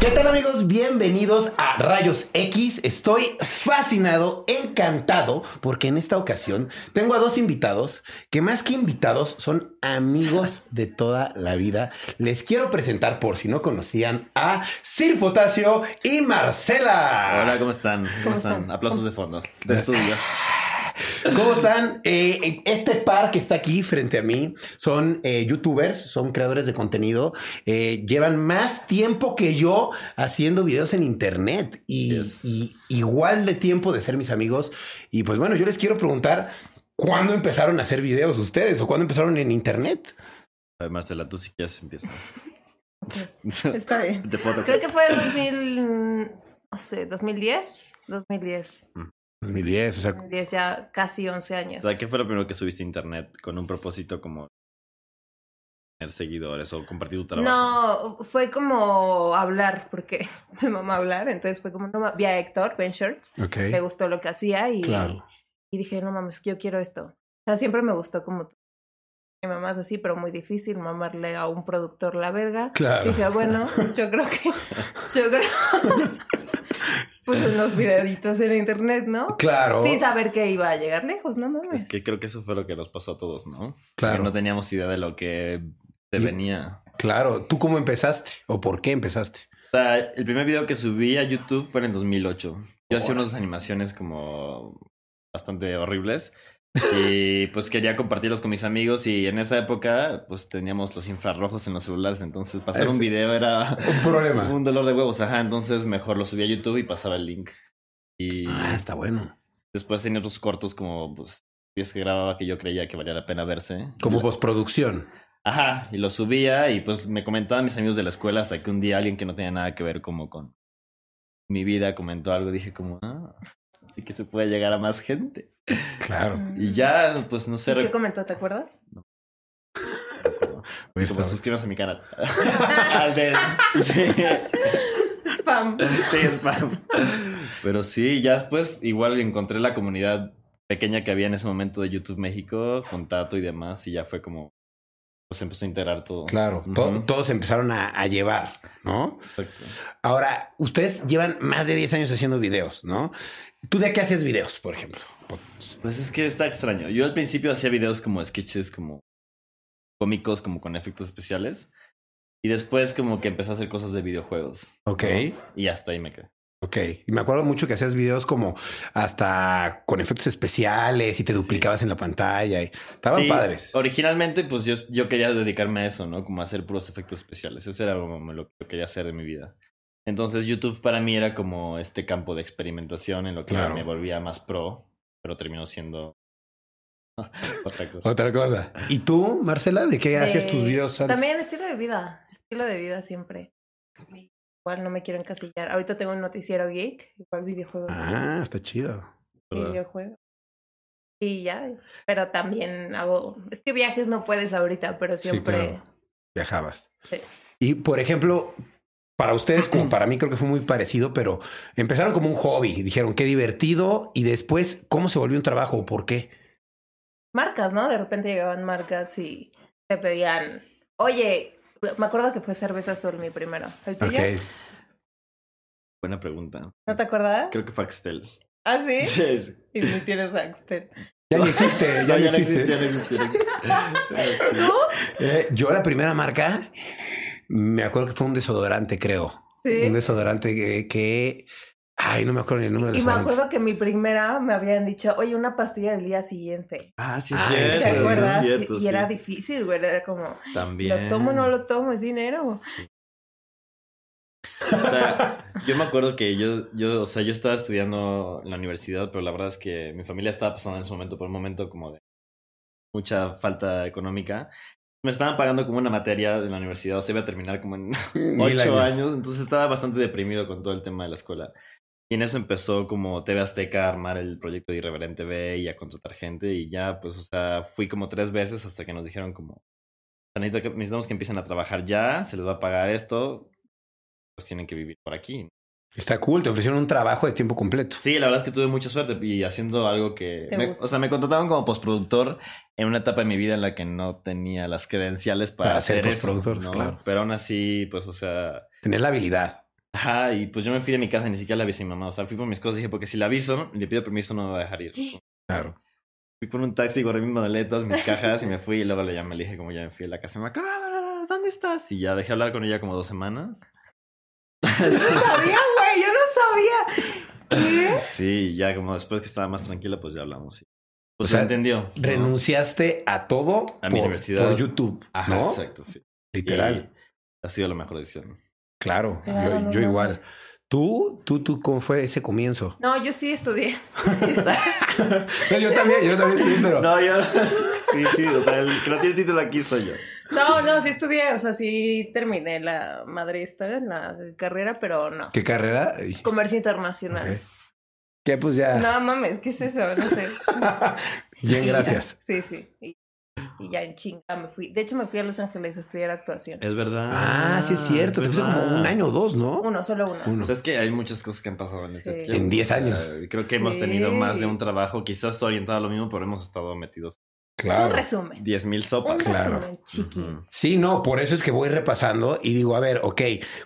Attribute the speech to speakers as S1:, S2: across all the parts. S1: ¿Qué tal amigos? Bienvenidos a Rayos X. Estoy fascinado, encantado, porque en esta ocasión tengo a dos invitados que más que invitados son amigos de toda la vida. Les quiero presentar, por si no conocían, a Sir Potasio y Marcela.
S2: Hola, ¿cómo están? ¿Cómo, están? Aplausos de fondo, de estudio.
S1: ¿Cómo están? Eh, este par que está aquí frente a mí son eh, youtubers, son creadores de contenido, eh, llevan más tiempo que yo haciendo videos en internet y, y igual de tiempo de ser mis amigos. Y pues bueno, yo les quiero preguntar, ¿cuándo empezaron a hacer videos ustedes o cuándo empezaron en internet?
S2: A ver, Marcela, tú sí quieres empieza.
S3: Está bien.
S2: Te puedo
S3: Creo que fue 2000, no sé, 2010, 2010,
S1: 2010, o sea,
S3: 2010 ya casi 11
S2: O
S1: Pues
S3: años.
S2: sea, ¿qué fue lo primero que subiste a internet con un propósito como tener seguidores o compartir tu trabajo?
S3: No, fue como hablar, porque mi mamá hablar, entonces fue como, no, ma- vi a Héctor Ben Shirts,
S1: ok.
S3: me gustó lo que hacía y,
S1: Claro.
S3: y dije, no mames, yo quiero esto. O sea, siempre me gustó como mi mamá es así, pero muy difícil mamarle a un productor la verga.
S1: Claro.
S3: Dije, bueno, yo creo que, yo creo, pues unos videitos en internet, ¿no?
S1: Claro.
S3: Sin saber que iba a llegar lejos, no mames.
S2: Es que creo que eso fue lo que nos pasó a todos, ¿no?
S1: Claro.
S2: Que no teníamos idea de lo que te
S1: Y-
S2: venía.
S1: Claro. ¿Tú cómo empezaste o por qué empezaste?
S2: O sea, el primer video que subí a YouTube fue en el 2008. Yo hacía
S1: Órale.
S2: unas animaciones como bastante horribles. Y pues quería compartirlos con mis amigos y en esa época pues teníamos los infrarrojos en los celulares, entonces pasar un
S1: Ese-
S2: video era
S1: Un problema.
S2: Un dolor de huevos, ajá. Entonces mejor lo subí a YouTube y pasaba el link. Y
S1: Ah, está bueno.
S2: después tenía otros cortos como, pues, videos que grababa que yo creía que valía la pena verse.
S1: Como
S2: Y-
S1: postproducción.
S2: Ajá, y lo subía y pues me comentaban mis amigos de la escuela hasta que un día alguien que no tenía nada que ver como con mi vida comentó algo y dije como, ah, así que se puede llegar a más gente.
S1: Claro.
S3: Mm.
S2: Y ya, pues, no sé,
S3: ¿Y ¿Qué
S2: rec-
S3: comentó, te acuerdas?
S2: como suscríbanse a mi canal. Al de... Sí.
S3: Spam.
S2: Sí, spam. Pero sí, ya después igual encontré la comunidad pequeña que había en ese momento de YouTube México, con Tato y demás, y ya fue como, pues empezó a integrar todo.
S1: Claro,
S2: Ujú,
S1: to- todos empezaron a, a llevar, ¿no?
S2: Exacto.
S1: Ahora, ustedes llevan más de 10 años haciendo videos, ¿no? ¿Tú de qué haces videos, por ejemplo?
S2: Pues es que está extraño. Yo al principio hacía videos como sketches, como cómicos, como con efectos especiales. Y después como que empecé a hacer cosas de videojuegos.
S1: Ok,
S2: Y hasta ahí me quedé.
S1: ok. Y me acuerdo mucho que hacías videos como hasta con efectos especiales y te duplicabas en la pantalla. y- estaban
S2: Sí,
S1: padres.
S2: Originalmente, pues yo, yo quería dedicarme a eso, ¿no? Como a hacer puros efectos especiales. Eso era como lo que yo quería hacer de mi vida. Entonces, YouTube para mí era como este campo de experimentación en lo que
S1: Claro.
S2: me volvía más pro, pero terminó siendo otra cosa.
S1: Otra cosa. ¿Y tú, Marcela, de qué hacías
S3: De-
S1: tus videos antes?
S3: También estilo de vida, estilo de vida siempre. Igual no me quiero encasillar. Ahorita tengo un noticiero geek, igual videojuegos.
S1: Ah, está chido.
S2: ¿verdad?
S3: videojuegos. Y ya, pero también hago. Es que viajes no puedes ahorita, pero
S1: Sí,
S3: siempre.
S1: claro. viajabas.
S3: Sí.
S1: Y por ejemplo, para ustedes, como para mí, creo que fue muy parecido, pero empezaron como un hobby. Dijeron qué divertido. Y después, ¿cómo se volvió un trabajo o por qué?
S3: Marcas, ¿no? De repente llegaban marcas y te pedían. Oye, me acuerdo que fue cerveza azul mi primero. ¿El tuyo?
S1: Ok.
S2: Buena pregunta.
S3: ¿No te acuerdas?
S2: Creo que fue Axtel.
S3: ¿Ah, sí?
S2: Sí, sí.
S3: Y ni tienes Axter.
S1: Ya no existe, ya no
S2: no
S1: existe.
S2: existía, no existía, no existía.
S3: ¿Tú?
S1: Eh, yo la primera marca, me acuerdo que fue un desodorante, creo. Un
S3: Sí.
S1: desodorante que, que- Ay, no me acuerdo ni el número del
S3: Y me
S1: desodorante.
S3: acuerdo que mi primera me habían dicho, oye, una pastilla del día siguiente.
S2: Ah, sí,
S1: Ah,
S2: es
S1: ¿te
S2: cierto,
S3: ¿Te
S2: sí, es
S3: acuerdas?
S2: cierto,
S3: y
S2: sí.
S3: era difícil, güey. Era como,
S2: También.
S3: ¿lo tomo o no lo tomo? Es dinero.
S2: O sea, yo me acuerdo que yo, yo, o sea, yo estaba estudiando en la universidad, pero la verdad es que mi familia estaba pasando en ese momento por un momento como de mucha falta económica. me estaban pagando como una materia de la universidad, o sea, iba a terminar como en
S1: Mil
S2: ocho años, entonces estaba bastante deprimido con todo el tema de la escuela. Y en eso empezó como TV Azteca a armar el proyecto de Irreverente B y a contratar gente y ya, pues, o sea, fui como tres veces hasta que nos dijeron como, "O sea, necesito que- necesitamos que empiecen a trabajar ya, se les va a pagar esto, pues tienen que vivir por aquí.
S1: Está cool, te ofrecieron un trabajo de tiempo completo.
S2: Sí, la verdad es que tuve mucha suerte y haciendo algo que...
S3: Te
S2: me-
S3: gusta.
S2: o sea, me contrataron como postproductor en una etapa de mi vida en la que no tenía las credenciales para,
S1: Para ser
S2: hacer eso,
S1: postproductor,
S2: ¿no?
S1: claro.
S2: Pero aún así, pues, o sea...
S1: Tener la habilidad.
S2: Ajá, y pues yo me fui de mi casa, ni siquiera le avisé a mi mamá. O sea, fui por mis cosas, dije, porque si la aviso, le pido permiso, no me va a dejar ir. Fui
S1: Claro.
S2: por un taxi, guardé mis maletas, mis cajas y me fui. Y luego le llamé, le dije, como ya me fui a la casa. Y me dijo, "Ah, ¿dónde estás? Y ya dejé hablar con ella como dos semanas.
S3: No sabía, güey, yo no sabía. ¿Qué?
S2: Sí, ya como después que estaba más tranquila, pues ya hablamos. y- Pues
S1: sea,
S2: se entendió. ¿no?
S1: Renunciaste a todo
S2: A mi
S1: por,
S2: universidad.
S1: por YouTube,
S2: Ajá,
S1: ¿no?
S2: exacto, sí.
S1: Literal.
S2: Y ha sido la mejor decisión.
S1: Claro,
S3: Claro,
S1: yo,
S3: no
S1: yo
S3: mames.
S1: igual. ¿Tú, tú, tú, cómo fue ese comienzo?
S3: No, yo sí estudié.
S1: No, yo también, yo también, sí, pero
S2: No, yo. sí, sí, o sea, el que no tiene título aquí soy yo.
S3: No, no, sí estudié, o sea, sí terminé la madrista, la carrera, pero no.
S1: ¿qué carrera?
S3: Comercio
S1: Ok.
S3: internacional.
S1: Que pues ya,
S3: No mames, ¿qué es eso? No sé.
S1: bien, gracias.
S3: Sí, sí. Y, y ya en chinga me fui. De hecho, me fui a Los Ángeles a estudiar actuación.
S2: Es verdad.
S1: Ah, sí es cierto, te fuiste como
S2: verdad.
S1: un año o dos, ¿no?
S3: Uno, solo uno.
S1: Uno.
S2: O sea, es que hay muchas cosas que han pasado en
S3: Sí.
S2: este tiempo.
S1: En 10
S2: O sea,
S1: años.
S2: creo que hemos
S3: Sí.
S2: tenido más de un trabajo, quizás todo orientado a lo mismo, pero hemos estado metidos
S3: Es un
S1: Claro.
S3: resumen.
S2: 10 mil
S3: Un
S2: sopas.
S1: claro.
S3: resumen chiqui.
S2: Ujú.
S1: Sí, no, por eso es que voy repasando y digo, a ver, ok,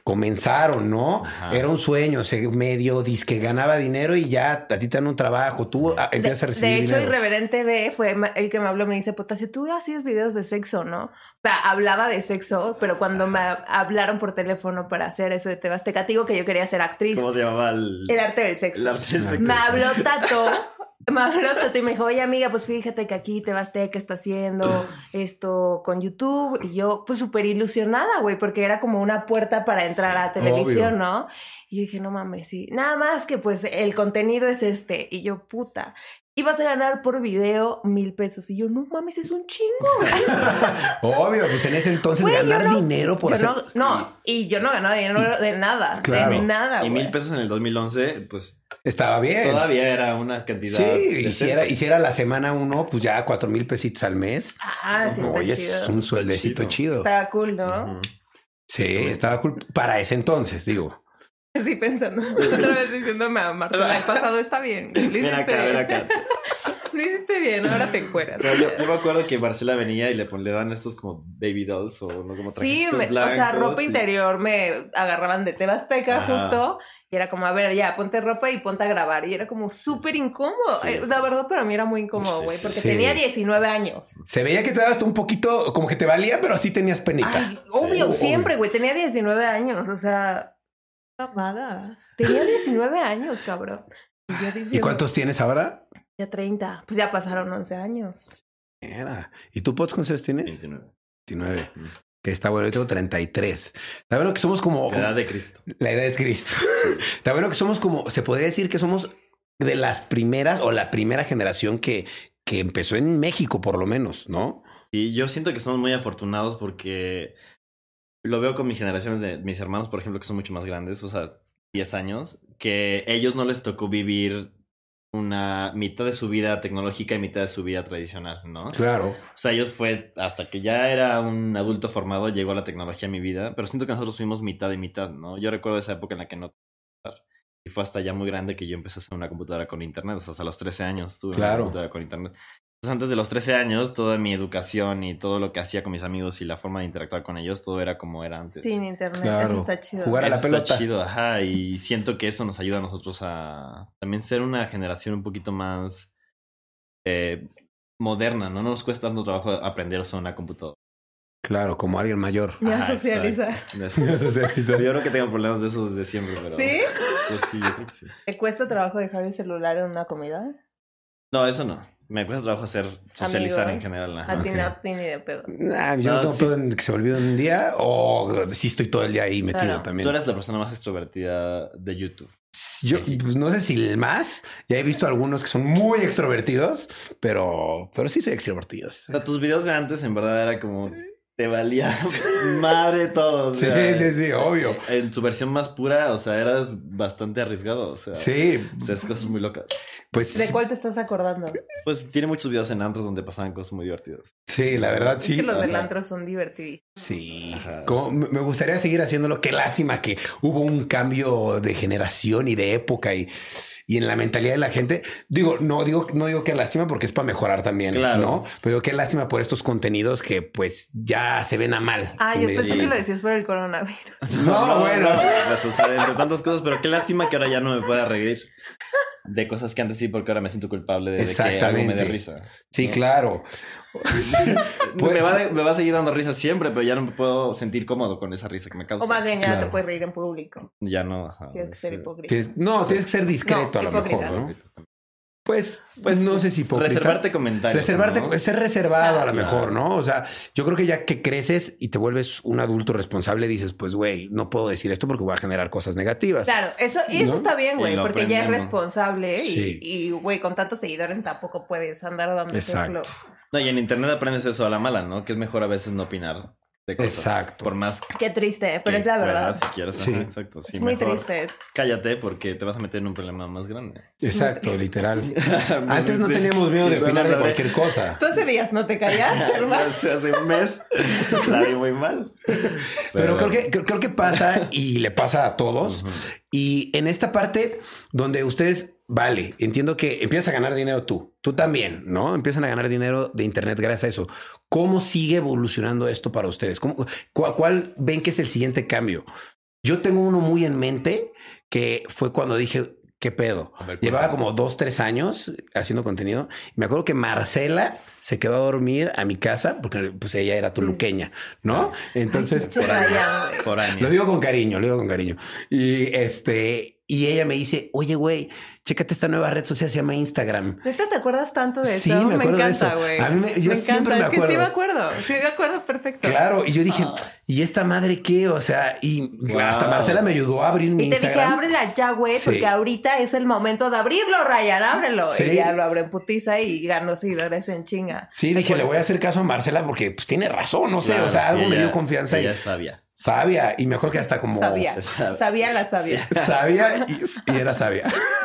S1: comenzaron, ¿no?
S2: Ajá.
S1: Era un sueño, se medio disque ganaba dinero y ya a ti te dan un trabajo, tú ah, empiezas a
S3: De-
S1: recibir
S3: de hecho,
S1: dinero.
S3: Irreverente B fue ma- el que me habló, me dice, puta, si tú hacías videos de sexo, ¿no? O sea, hablaba de sexo, pero cuando me ha- hablaron por teléfono para hacer eso de Tebasteca, digo que yo quería ser actriz.
S2: ¿Cómo se llamaba el,
S3: El arte del
S2: el
S3: sexo.
S2: arte del sexo?
S3: Me habló Tato. Me habló Tato y me dijo, oye amiga, pues fíjate que aquí te basté que está haciendo esto con YouTube. Y yo, pues súper ilusionada, güey, porque era como una puerta para entrar a televisión,
S1: obvio.
S3: ¿no? Y yo dije, no mames, sí. Nada más que pues el contenido es este. Y yo, puta. Y vas a ganar por video mil pesos. Y yo, no mames, es un chingo.
S1: Obvio, pues en ese entonces
S3: Güey, yo
S1: ganar
S3: no-
S1: dinero por
S3: Yo
S1: hacer...
S3: no, no, y yo no ganaba dinero de nada. De
S1: Claro.
S3: nada,
S2: Y
S3: güey.
S2: mil pesos en el 2011, pues
S1: Estaba bien.
S2: todavía era una cantidad.
S1: Sí,
S2: decente.
S1: hiciera, hiciera la semana uno, pues ya cuatro mil pesitos al mes.
S3: Ah, sí, está
S1: Oye,
S3: chido.
S1: es un sueldecito
S2: Está
S1: chido.
S3: Está cool, ¿no?
S2: Ujú.
S1: Sí, estaba cool para ese entonces, digo.
S3: Sí, pensando. Otra vez diciéndome a Marcela, el pasado está bien. Lo hiciste
S2: Ven acá,
S3: bien.
S2: ven acá.
S3: Lo hiciste bien, ahora te
S2: O
S3: encueras.
S2: sea, yo, yo me acuerdo que Marcela venía y le, pon- le dan estos como baby dolls o no como
S3: Sí,
S2: trajecitos
S3: me- o sea,
S2: blancos
S3: ropa
S2: y-
S3: interior me agarraban de Tebasteca
S2: Ajá.
S3: justo y era como, a ver, ya, ponte ropa y ponte a grabar. Y era como súper incómodo.
S2: Sí,
S3: Eh,
S2: sí.
S3: La verdad, para mí era muy incómodo, güey, porque
S1: Sí.
S3: tenía 19 años.
S1: Se veía que te dabas tú un poquito, como que te valía, pero sí tenías penita.
S3: Ay, obvio,
S1: Obvio.
S3: siempre, güey, tenía 19 años, o sea, mamada. Tenía 19 años, cabrón. Y yo
S1: ¿Y
S3: diciendo,
S1: cuántos tienes ahora?
S3: Ya 30. Pues ya pasaron 11 años.
S1: Mira. ¿Y tú, Pots, cuántos años tienes?
S2: 29.
S1: 29.
S2: Mm.
S1: Que está bueno, yo tengo 33. Está bueno que somos como
S2: La edad de Cristo.
S1: la edad de Cristo. está bueno que somos como, se podría decir que somos de las primeras o la primera generación que, que empezó en México, por lo menos, ¿no?
S2: Sí, yo siento que somos muy afortunados porque lo veo con mis generaciones de mis hermanos, por ejemplo, que son mucho más grandes, o sea, 10 años, que ellos no les tocó vivir una mitad de su vida tecnológica y mitad de su vida tradicional, ¿no?
S1: Claro.
S2: O sea, ellos fue hasta que ya era un adulto formado, llegó la tecnología a mi vida, pero siento que nosotros fuimos mitad y mitad, ¿no? Yo recuerdo esa época en la que no... Y fue hasta ya muy grande que yo empecé a hacer una computadora con internet, o sea, hasta los 13 años tuve una
S1: Claro.
S2: computadora con internet. Entonces, antes de los 13 años, toda mi educación y todo lo que hacía con mis amigos y la forma de interactuar con ellos, todo era como era antes.
S3: Sin internet,
S1: Claro.
S3: eso está chido.
S1: Jugar a la
S2: Eso está
S1: pelota.
S2: chido, ajá, y siento que eso nos ayuda a nosotros a también ser una generación un poquito más eh, moderna, ¿no? No nos cuesta tanto trabajo aprender a usar una computadora.
S1: Claro, como alguien mayor.
S3: Ni a
S2: Ajá,
S3: socializar.
S2: exacto. No es-
S1: O sea, sí,
S2: Yo
S1: sí.
S2: creo que tengo problemas de eso desde siempre, pero...
S3: ¿Sí?
S2: Pues sí, yo creo que sí.
S3: ¿Te cuesta trabajo dejar el celular en una comida?
S2: No, eso no. Me cuesta trabajo hacer socializar
S3: Amigos.
S2: en general. ajá.
S3: A ti
S1: ok.
S3: no, a ti ni de pedo.
S1: Nah, Ah, yo no
S2: No,
S1: tengo
S2: sí.
S1: pedo en que se me olvide un día o si estoy todo el día ahí metido
S3: Claro.
S1: también.
S2: Tú eres la persona más extrovertida de YouTube.
S1: Yo pues, no sé si el más, ya he visto algunos que son muy extrovertidos, pero, pero sí soy extrovertido.
S2: O sea, tus videos de antes en verdad era como te valía madre todo. o
S1: Sí,
S2: sea,
S1: sí, sí, obvio.
S2: En su versión más pura, o sea, eras bastante arriesgado. O sea,
S1: Sí,
S2: o sea, es cosas muy locas.
S3: ¿De
S1: pues
S3: cuál te estás acordando?
S2: Pues tiene muchos videos en antros donde pasaban cosas muy divertidas.
S1: sí, la verdad
S3: Es
S1: sí.
S3: que los del
S2: ajá.
S3: antro son divertidísimos.
S1: Sí,
S2: Ajá.
S1: Como- me me gustaría seguir haciéndolo. Qué lástima que hubo un cambio de generación y de época y, y en la mentalidad de la gente. Digo, no digo, no digo qué lástima porque es para mejorar también,
S2: Claro.
S1: ¿no? Pero digo qué lástima por estos contenidos que pues ya se ven a mal.
S3: Ah, yo
S1: Me-
S3: pensé
S2: Sí.
S3: que lo decías por el coronavirus.
S1: No, bueno.
S2: pues, o sea, entre tantas cosas, pero qué lástima que ahora ya no me pueda reír de cosas que antes sí, porque ahora me siento culpable de, de que algo me
S1: Exactamente.
S2: dé risa.
S1: Sí, claro. Sí, Pues-
S2: me, va, me va a seguir dando risa siempre, pero ya no me puedo sentir cómodo con esa risa que me causa.
S3: O más bien, ya no
S1: Claro.
S3: te puedes reír en público.
S2: Ya no. ajá,
S3: Tienes que ser
S2: sí.
S3: hipócrita.
S1: tienes- no, tienes que ser discreto a lo
S3: hipócrita,
S1: mejor, ¿no? Pues, pues
S2: Pues,
S1: no sé si hipócrita.
S2: Reservarte comentarios.
S1: Reservarte,
S2: ¿no?
S1: ser reservado a lo
S3: Claro.
S1: mejor, ¿no? O sea, yo creo que ya que creces y te vuelves un adulto responsable, dices, pues, güey, no puedo decir esto porque voy a generar cosas negativas.
S3: Claro, eso, y eso
S1: ¿No?
S3: está bien,
S2: Y
S3: güey,
S2: lo
S3: porque ya es
S2: aprendemos.
S3: responsable y-
S1: Sí.
S3: y, güey, con tantos seguidores tampoco puedes andar dando
S1: Exacto.
S3: ejemplos.
S2: No, y en internet aprendes eso a la mala, ¿no? Que es mejor a veces no opinar de cosas.
S1: Exacto.
S2: Por más
S3: Qué triste, ¿eh? pero
S2: que
S3: es la verdad.
S2: puedas, si quieres.
S1: Sí.
S2: ajá, exacto. sí,
S3: es muy
S2: mejor
S3: triste.
S2: Cállate porque te vas a meter en un problema más grande.
S1: Exacto, literal. Antes no teníamos miedo
S2: miedo
S1: de opinar de cualquier cosa.
S3: Tú hace días no te callaste, hermano.
S2: Hace un mes la vi muy mal.
S1: Pero creo que, creo, creo que pasa y le pasa a todos.
S2: Ujú.
S1: Y en esta parte donde ustedes, vale, entiendo que empiezas a ganar dinero tú, tú también, ¿no? Empiezan a ganar dinero de Internet gracias a eso. ¿Cómo sigue evolucionando esto para ustedes? ¿Cómo, cuál, cuál ven que es el siguiente cambio? Yo tengo uno muy en mente que fue cuando dije, ¿qué pedo?
S2: A ver,
S1: Llevaba
S2: cuéntame.
S1: como dos, tres años haciendo contenido. Me acuerdo que Marcela se quedó a dormir a mi casa porque pues ella era toluqueña, ¿no? Entonces,
S3: Pinche
S1: por ahí-
S3: raya, güey.
S2: Foráneo.
S1: lo digo con cariño, lo digo con cariño. Y este, y ella me dice, oye, güey, chécate esta nueva red social, se llama Instagram.
S3: ¿Neta te acuerdas tanto de
S1: Sí,
S3: eso?
S1: me acuerdo de
S3: encanta,
S1: eso.
S3: güey.
S1: A mí me- yo siempre me
S3: es que sí
S1: acuerdo.
S3: me acuerdo. Sí me acuerdo perfecto.
S1: Claro. Y yo dije,
S3: Ah.
S1: ¿y esta madre qué? O sea, y
S2: Wow.
S1: hasta Marcela me ayudó a abrir mi
S3: Y te dije,
S1: Instagram.
S3: ábrela ya, güey,
S1: Sí.
S3: porque ahorita es el momento de abrirlo, Ryan, ábrelo.
S1: Sí.
S3: Y ya lo abre en putiza y ganó seguidores en chinga.
S1: Sí, dije, le voy a hacer caso a Marcela porque pues tiene razón, no sé, o sea, algo me dio confianza
S2: Ella
S1: y
S2: es sabia.
S1: sabia y mejor que hasta como
S3: Sabía,
S2: Sabes.
S3: sabía la sabía.
S1: sabia y, y era sabia.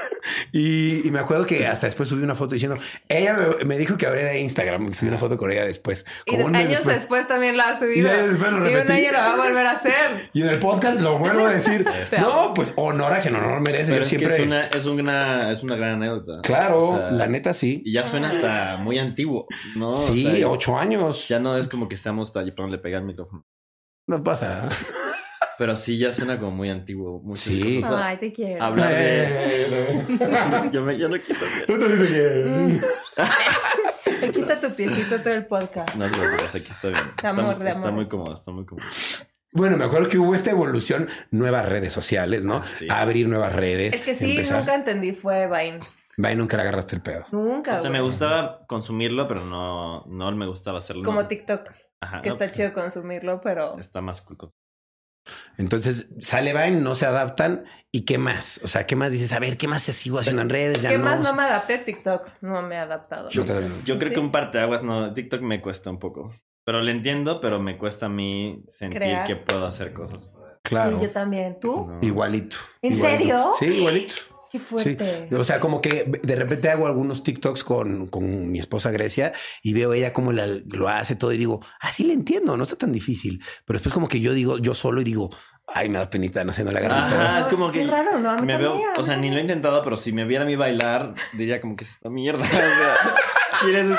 S1: Y, y me acuerdo que hasta después subí una foto diciendo, ella me, me dijo que abriera Instagram, y subí una foto con ella después.
S3: Y
S1: como un mes
S3: años después. también la ha
S1: Y
S3: subido.
S1: años después lo
S3: Y un
S1: repetí.
S3: año lo va a volver a hacer.
S1: Y en el podcast lo vuelvo a decir. no, pues honor a quien honor merece.
S2: Pero
S1: Yo
S2: es, que
S1: siempre.
S2: es una, es, una, es una gran anécdota.
S1: Claro,
S2: O sea,
S1: la neta sí.
S2: Y ya suena hasta muy antiguo, ¿no? O
S1: sí,
S2: sea,
S1: ocho años.
S2: Ya no es como que estamos... tal- Perdón, le pegué al micrófono.
S1: No pasa nada.
S2: Pero sí, ya suena como muy antiguo. Muchas
S1: Sí.
S2: cosas.
S3: Ay, te quiero.
S2: hablar de...
S1: Eh,
S2: yo, me, yo no quiero...
S1: tú no dices que-
S3: Aquí está tu piecito todo el podcast.
S2: No te preocupes, aquí está bien. Está,
S3: amor, de
S2: está
S3: amores.
S2: muy cómodo, está muy cómodo.
S1: Bueno, me acuerdo que hubo esta evolución, nuevas redes sociales, ¿no?
S2: Ah, sí.
S1: Abrir nuevas redes.
S3: El que sí
S1: empezar.
S3: nunca entendí fue Vine.
S1: Va y nunca le agarraste el pedo.
S3: Nunca,
S2: O sea,
S3: güey.
S2: me gustaba consumirlo, pero no, no me gustaba hacerlo.
S3: Como
S2: No. Ah,
S3: TikTok,
S2: Ajá,
S3: que
S2: no,
S3: está chido consumirlo, pero...
S2: Está más cool. con-
S1: Entonces sale Vine, no se adaptan. ¿Y qué más? O sea, ¿qué más dices? A ver, ¿qué más se sigo haciendo en redes? Ya
S3: ¿Qué
S1: no.
S3: más no me adapté a TikTok? No me he adaptado.
S1: Yo también.
S2: Yo creo
S3: Sí.
S2: que un parteaguas, no, TikTok me cuesta un poco. Pero le entiendo, pero me cuesta a mí sentir
S3: Crear.
S2: que puedo hacer cosas.
S1: Claro.
S3: Sí, yo también. ¿Tú?
S2: No.
S1: Igualito.
S3: ¿En
S1: igualito.
S3: serio?
S1: Sí, igualito.
S3: Qué fuerte.
S1: Sí. O sea, como que de repente hago algunos TikToks con, con mi esposa Grecia y veo ella cómo la- lo hace todo y digo, así le entiendo, no está tan difícil. Pero después como que yo digo, yo solo y digo, ay, me da penita, no sé, no le agarro el pedo".
S2: Ajá, es como que.
S3: Qué raro, ¿no? A mí
S2: me
S3: también,
S2: veo,
S3: a mí
S2: o sea, ni
S3: también.
S2: lo he intentado, pero si me viera a mí bailar, diría como que es esta mierda. O sea, quieres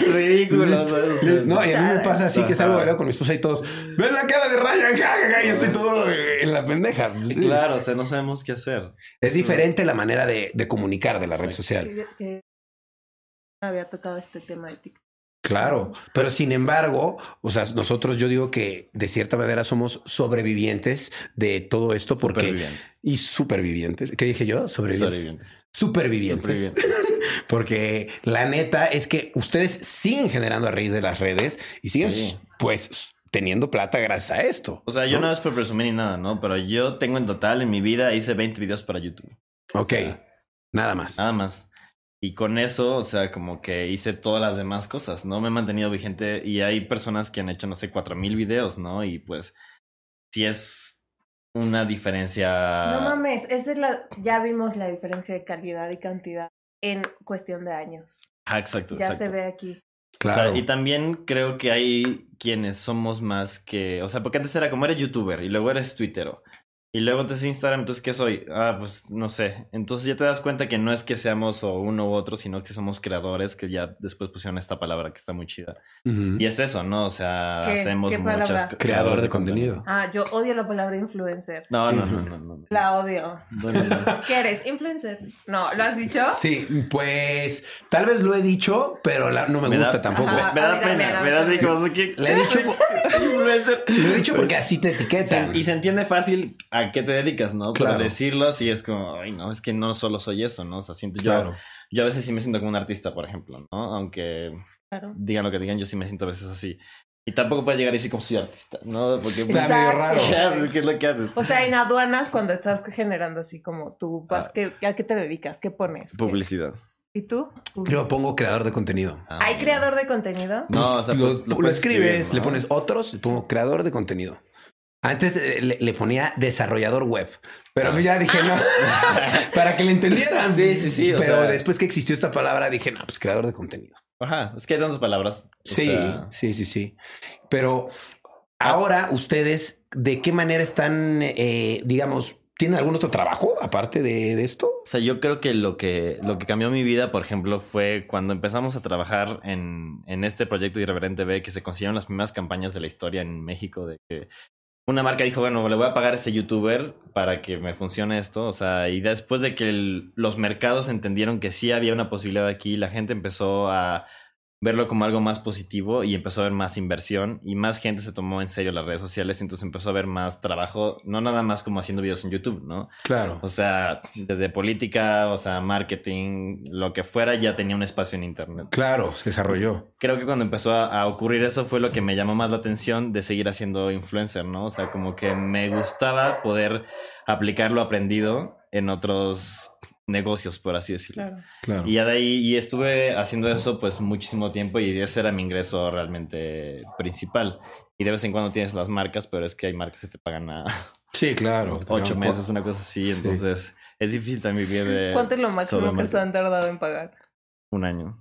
S2: este ridículo. ¿sabes? O sea,
S1: No, y a mí me pasa así que salgo
S2: Ajá.
S1: bailando con mi esposa y todos, ven la cara de Ryan, ja, ja, ja", y estoy todo eh, en la pendeja. Sí.
S2: Claro, o sea, no sabemos qué hacer.
S1: Es diferente la manera de, de comunicar de la red
S2: Sí.
S1: social.
S3: Que- que no había tocado este tema de TikTok.
S1: Claro, pero sin embargo, o sea, nosotros yo digo que de cierta manera somos sobrevivientes de todo esto porque
S2: Supervivientes.
S1: y supervivientes. ¿Qué dije yo? Sobrevivientes.
S2: Sobrevivientes.
S1: Supervivientes.
S2: Supervivientes.
S1: Porque la neta es que ustedes siguen generando a raíz de las redes y siguen,
S2: Sí.
S1: pues, teniendo plata gracias a esto.
S2: O sea, yo no es por presumir ni nada, ¿no? Pero yo tengo en total en mi vida hice 20 videos para YouTube.
S1: Ok, nada más.
S2: Nada más. Y con eso, o sea, como que hice todas las demás cosas, ¿no? Me he mantenido vigente y hay personas que han hecho, no sé, 4000 videos, ¿no? Y pues, si es una
S1: Ah.
S2: diferencia.
S3: No mames, esa es la, ya vimos la diferencia de calidad y cantidad en cuestión de años.
S2: Ah, exacto,
S3: ya
S2: exacto.
S3: se ve aquí.
S2: O sea, y también creo que hay quienes somos más que. O sea, porque antes era como eres youtuber y luego eres twittero. Y luego entonces Instagram, entonces ¿qué soy? Ah, pues no sé. Entonces ya te das cuenta que no es que seamos o uno u otro, sino que somos creadores, que ya después pusieron esta palabra que está muy chida.
S1: Ujú.
S2: Y es eso, ¿no? O sea,
S3: ¿Qué-
S2: hacemos
S3: qué
S2: muchas
S3: palabra?
S2: co-
S1: Creador de contenido.
S3: Ah, yo odio la palabra influencer.
S2: No, no, no, no, no.
S3: La odio.
S2: No, no, no.
S3: ¿Qué eres? ¿Influencer? No, ¿lo has dicho?
S1: Sí, pues tal vez lo he dicho, pero la- no me,
S2: Me da-
S1: gusta tampoco. eh.
S3: Ajá.
S2: Me
S3: A
S2: da
S3: ver, a ver, a
S2: pena, me
S3: ver,
S2: da
S3: a
S2: así
S3: ver.
S2: como que.
S1: Le he dicho,
S2: Influencer.
S1: lo he dicho porque así te
S2: Se-
S1: etiquetan.
S2: y se entiende fácil a qué te dedicas, ¿no? Para
S1: Claro.
S2: decirlo así es como, ay, no, es que no solo soy eso, ¿no? O sea, siento yo,
S1: Claro.
S2: yo a veces sí me siento como un artista, por ejemplo, ¿no? Aunque
S3: Claro.
S2: digan lo que digan, yo sí me siento a veces así. Y tampoco puedes llegar y decir como soy artista, ¿no? Porque pues,
S1: Está medio raro.
S2: ¿qué haces? ¿Qué es lo que haces?
S3: O sea, en aduanas, cuando estás generando así como tú, vas,
S2: Ah.
S3: ¿qué- ¿a qué te dedicas? ¿Qué pones? ¿Qué-
S2: Publicidad.
S3: ¿Y tú?
S1: Yo pongo creador de contenido.
S2: Ah,
S3: ¿Hay
S2: mira.
S3: creador de contenido?
S2: No, o sea,
S1: lo,
S2: pues,
S1: lo escribes,
S2: puedes escribir, ¿no?
S1: le pones otros, y pongo creador de contenido. Antes eh, le, le ponía desarrollador web, pero ya dije no, para que le entendieran.
S2: Ah. Sí, sí, sí, o
S1: Pero
S2: sea-
S1: después que existió esta palabra, dije no, pues creador de contenido.
S2: Ajá, es que hay tantas palabras. o
S1: Sí,
S2: sea,
S1: sí, sí, sí. Pero ahora ustedes, ¿de qué manera están, eh, digamos, tienen algún otro trabajo aparte de, de esto?
S2: O sea, yo creo que lo que lo que cambió mi vida, por ejemplo, fue cuando empezamos a trabajar en, en este proyecto Irreverente B, que se consiguieron las primeras campañas de la historia en México, de que una marca dijo, bueno, le voy a pagar a ese youtuber para que me funcione esto. O sea, y después de que el- los mercados entendieron que sí había una posibilidad aquí, la gente empezó a verlo como algo más positivo y empezó a haber más inversión y más gente se tomó en serio las redes sociales, entonces empezó a haber más trabajo, no nada más como haciendo videos en YouTube, ¿no?
S1: Claro.
S2: O sea, desde política, o sea, marketing, lo que fuera, ya tenía un espacio en Internet.
S1: Claro, se desarrolló.
S2: Creo que cuando empezó a, a ocurrir eso fue lo que me llamó más la atención de seguir haciendo influencer, ¿no? O sea, como que me gustaba poder aplicar lo aprendido en otros negocios, por así decirlo.
S3: Claro.
S1: Claro.
S2: Y ya de ahí, y estuve haciendo eso pues muchísimo tiempo y ese era mi ingreso realmente principal. Y de vez en cuando tienes las marcas, pero es que hay marcas que te pagan a
S1: Sí, claro.
S2: ocho
S1: Claro,
S2: meses, una cosa así. Entonces es difícil también vivir de.
S3: ¿Cuánto es lo máximo
S2: solo
S3: que se
S2: marca.
S3: han tardado en pagar?
S2: Un año.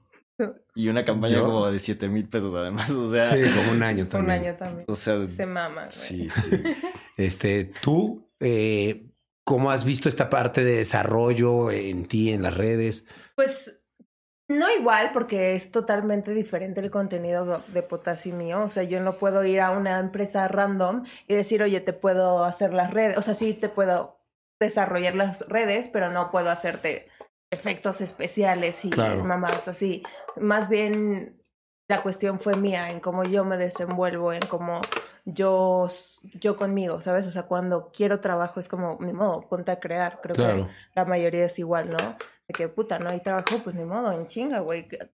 S2: Y una campaña
S1: ¿Yo?
S2: como de 7 mil pesos, además. O sea,
S1: Sí, como un año
S3: Un
S1: también.
S3: año también.
S2: o sea
S3: Se mama.
S2: Pues sí, sí.
S1: Este, tú, eh, ¿cómo has visto esta parte de desarrollo en ti, en las redes?
S3: Pues no igual, porque es totalmente diferente el contenido de Potasio y mío. O sea, yo no puedo ir a una empresa random y decir, oye, te puedo hacer las redes. O sea, sí te puedo desarrollar las redes, pero no puedo hacerte efectos especiales y
S1: Claro.
S3: mamás así. Más bien la cuestión fue mía, en cómo yo me desenvuelvo, en cómo yo, yo conmigo, ¿sabes? O sea, cuando quiero trabajo es como, ni modo, ponte a crear. Creo que la mayoría es igual, ¿no? De que puta, no hay trabajo, pues ni modo, en chinga, güey. que-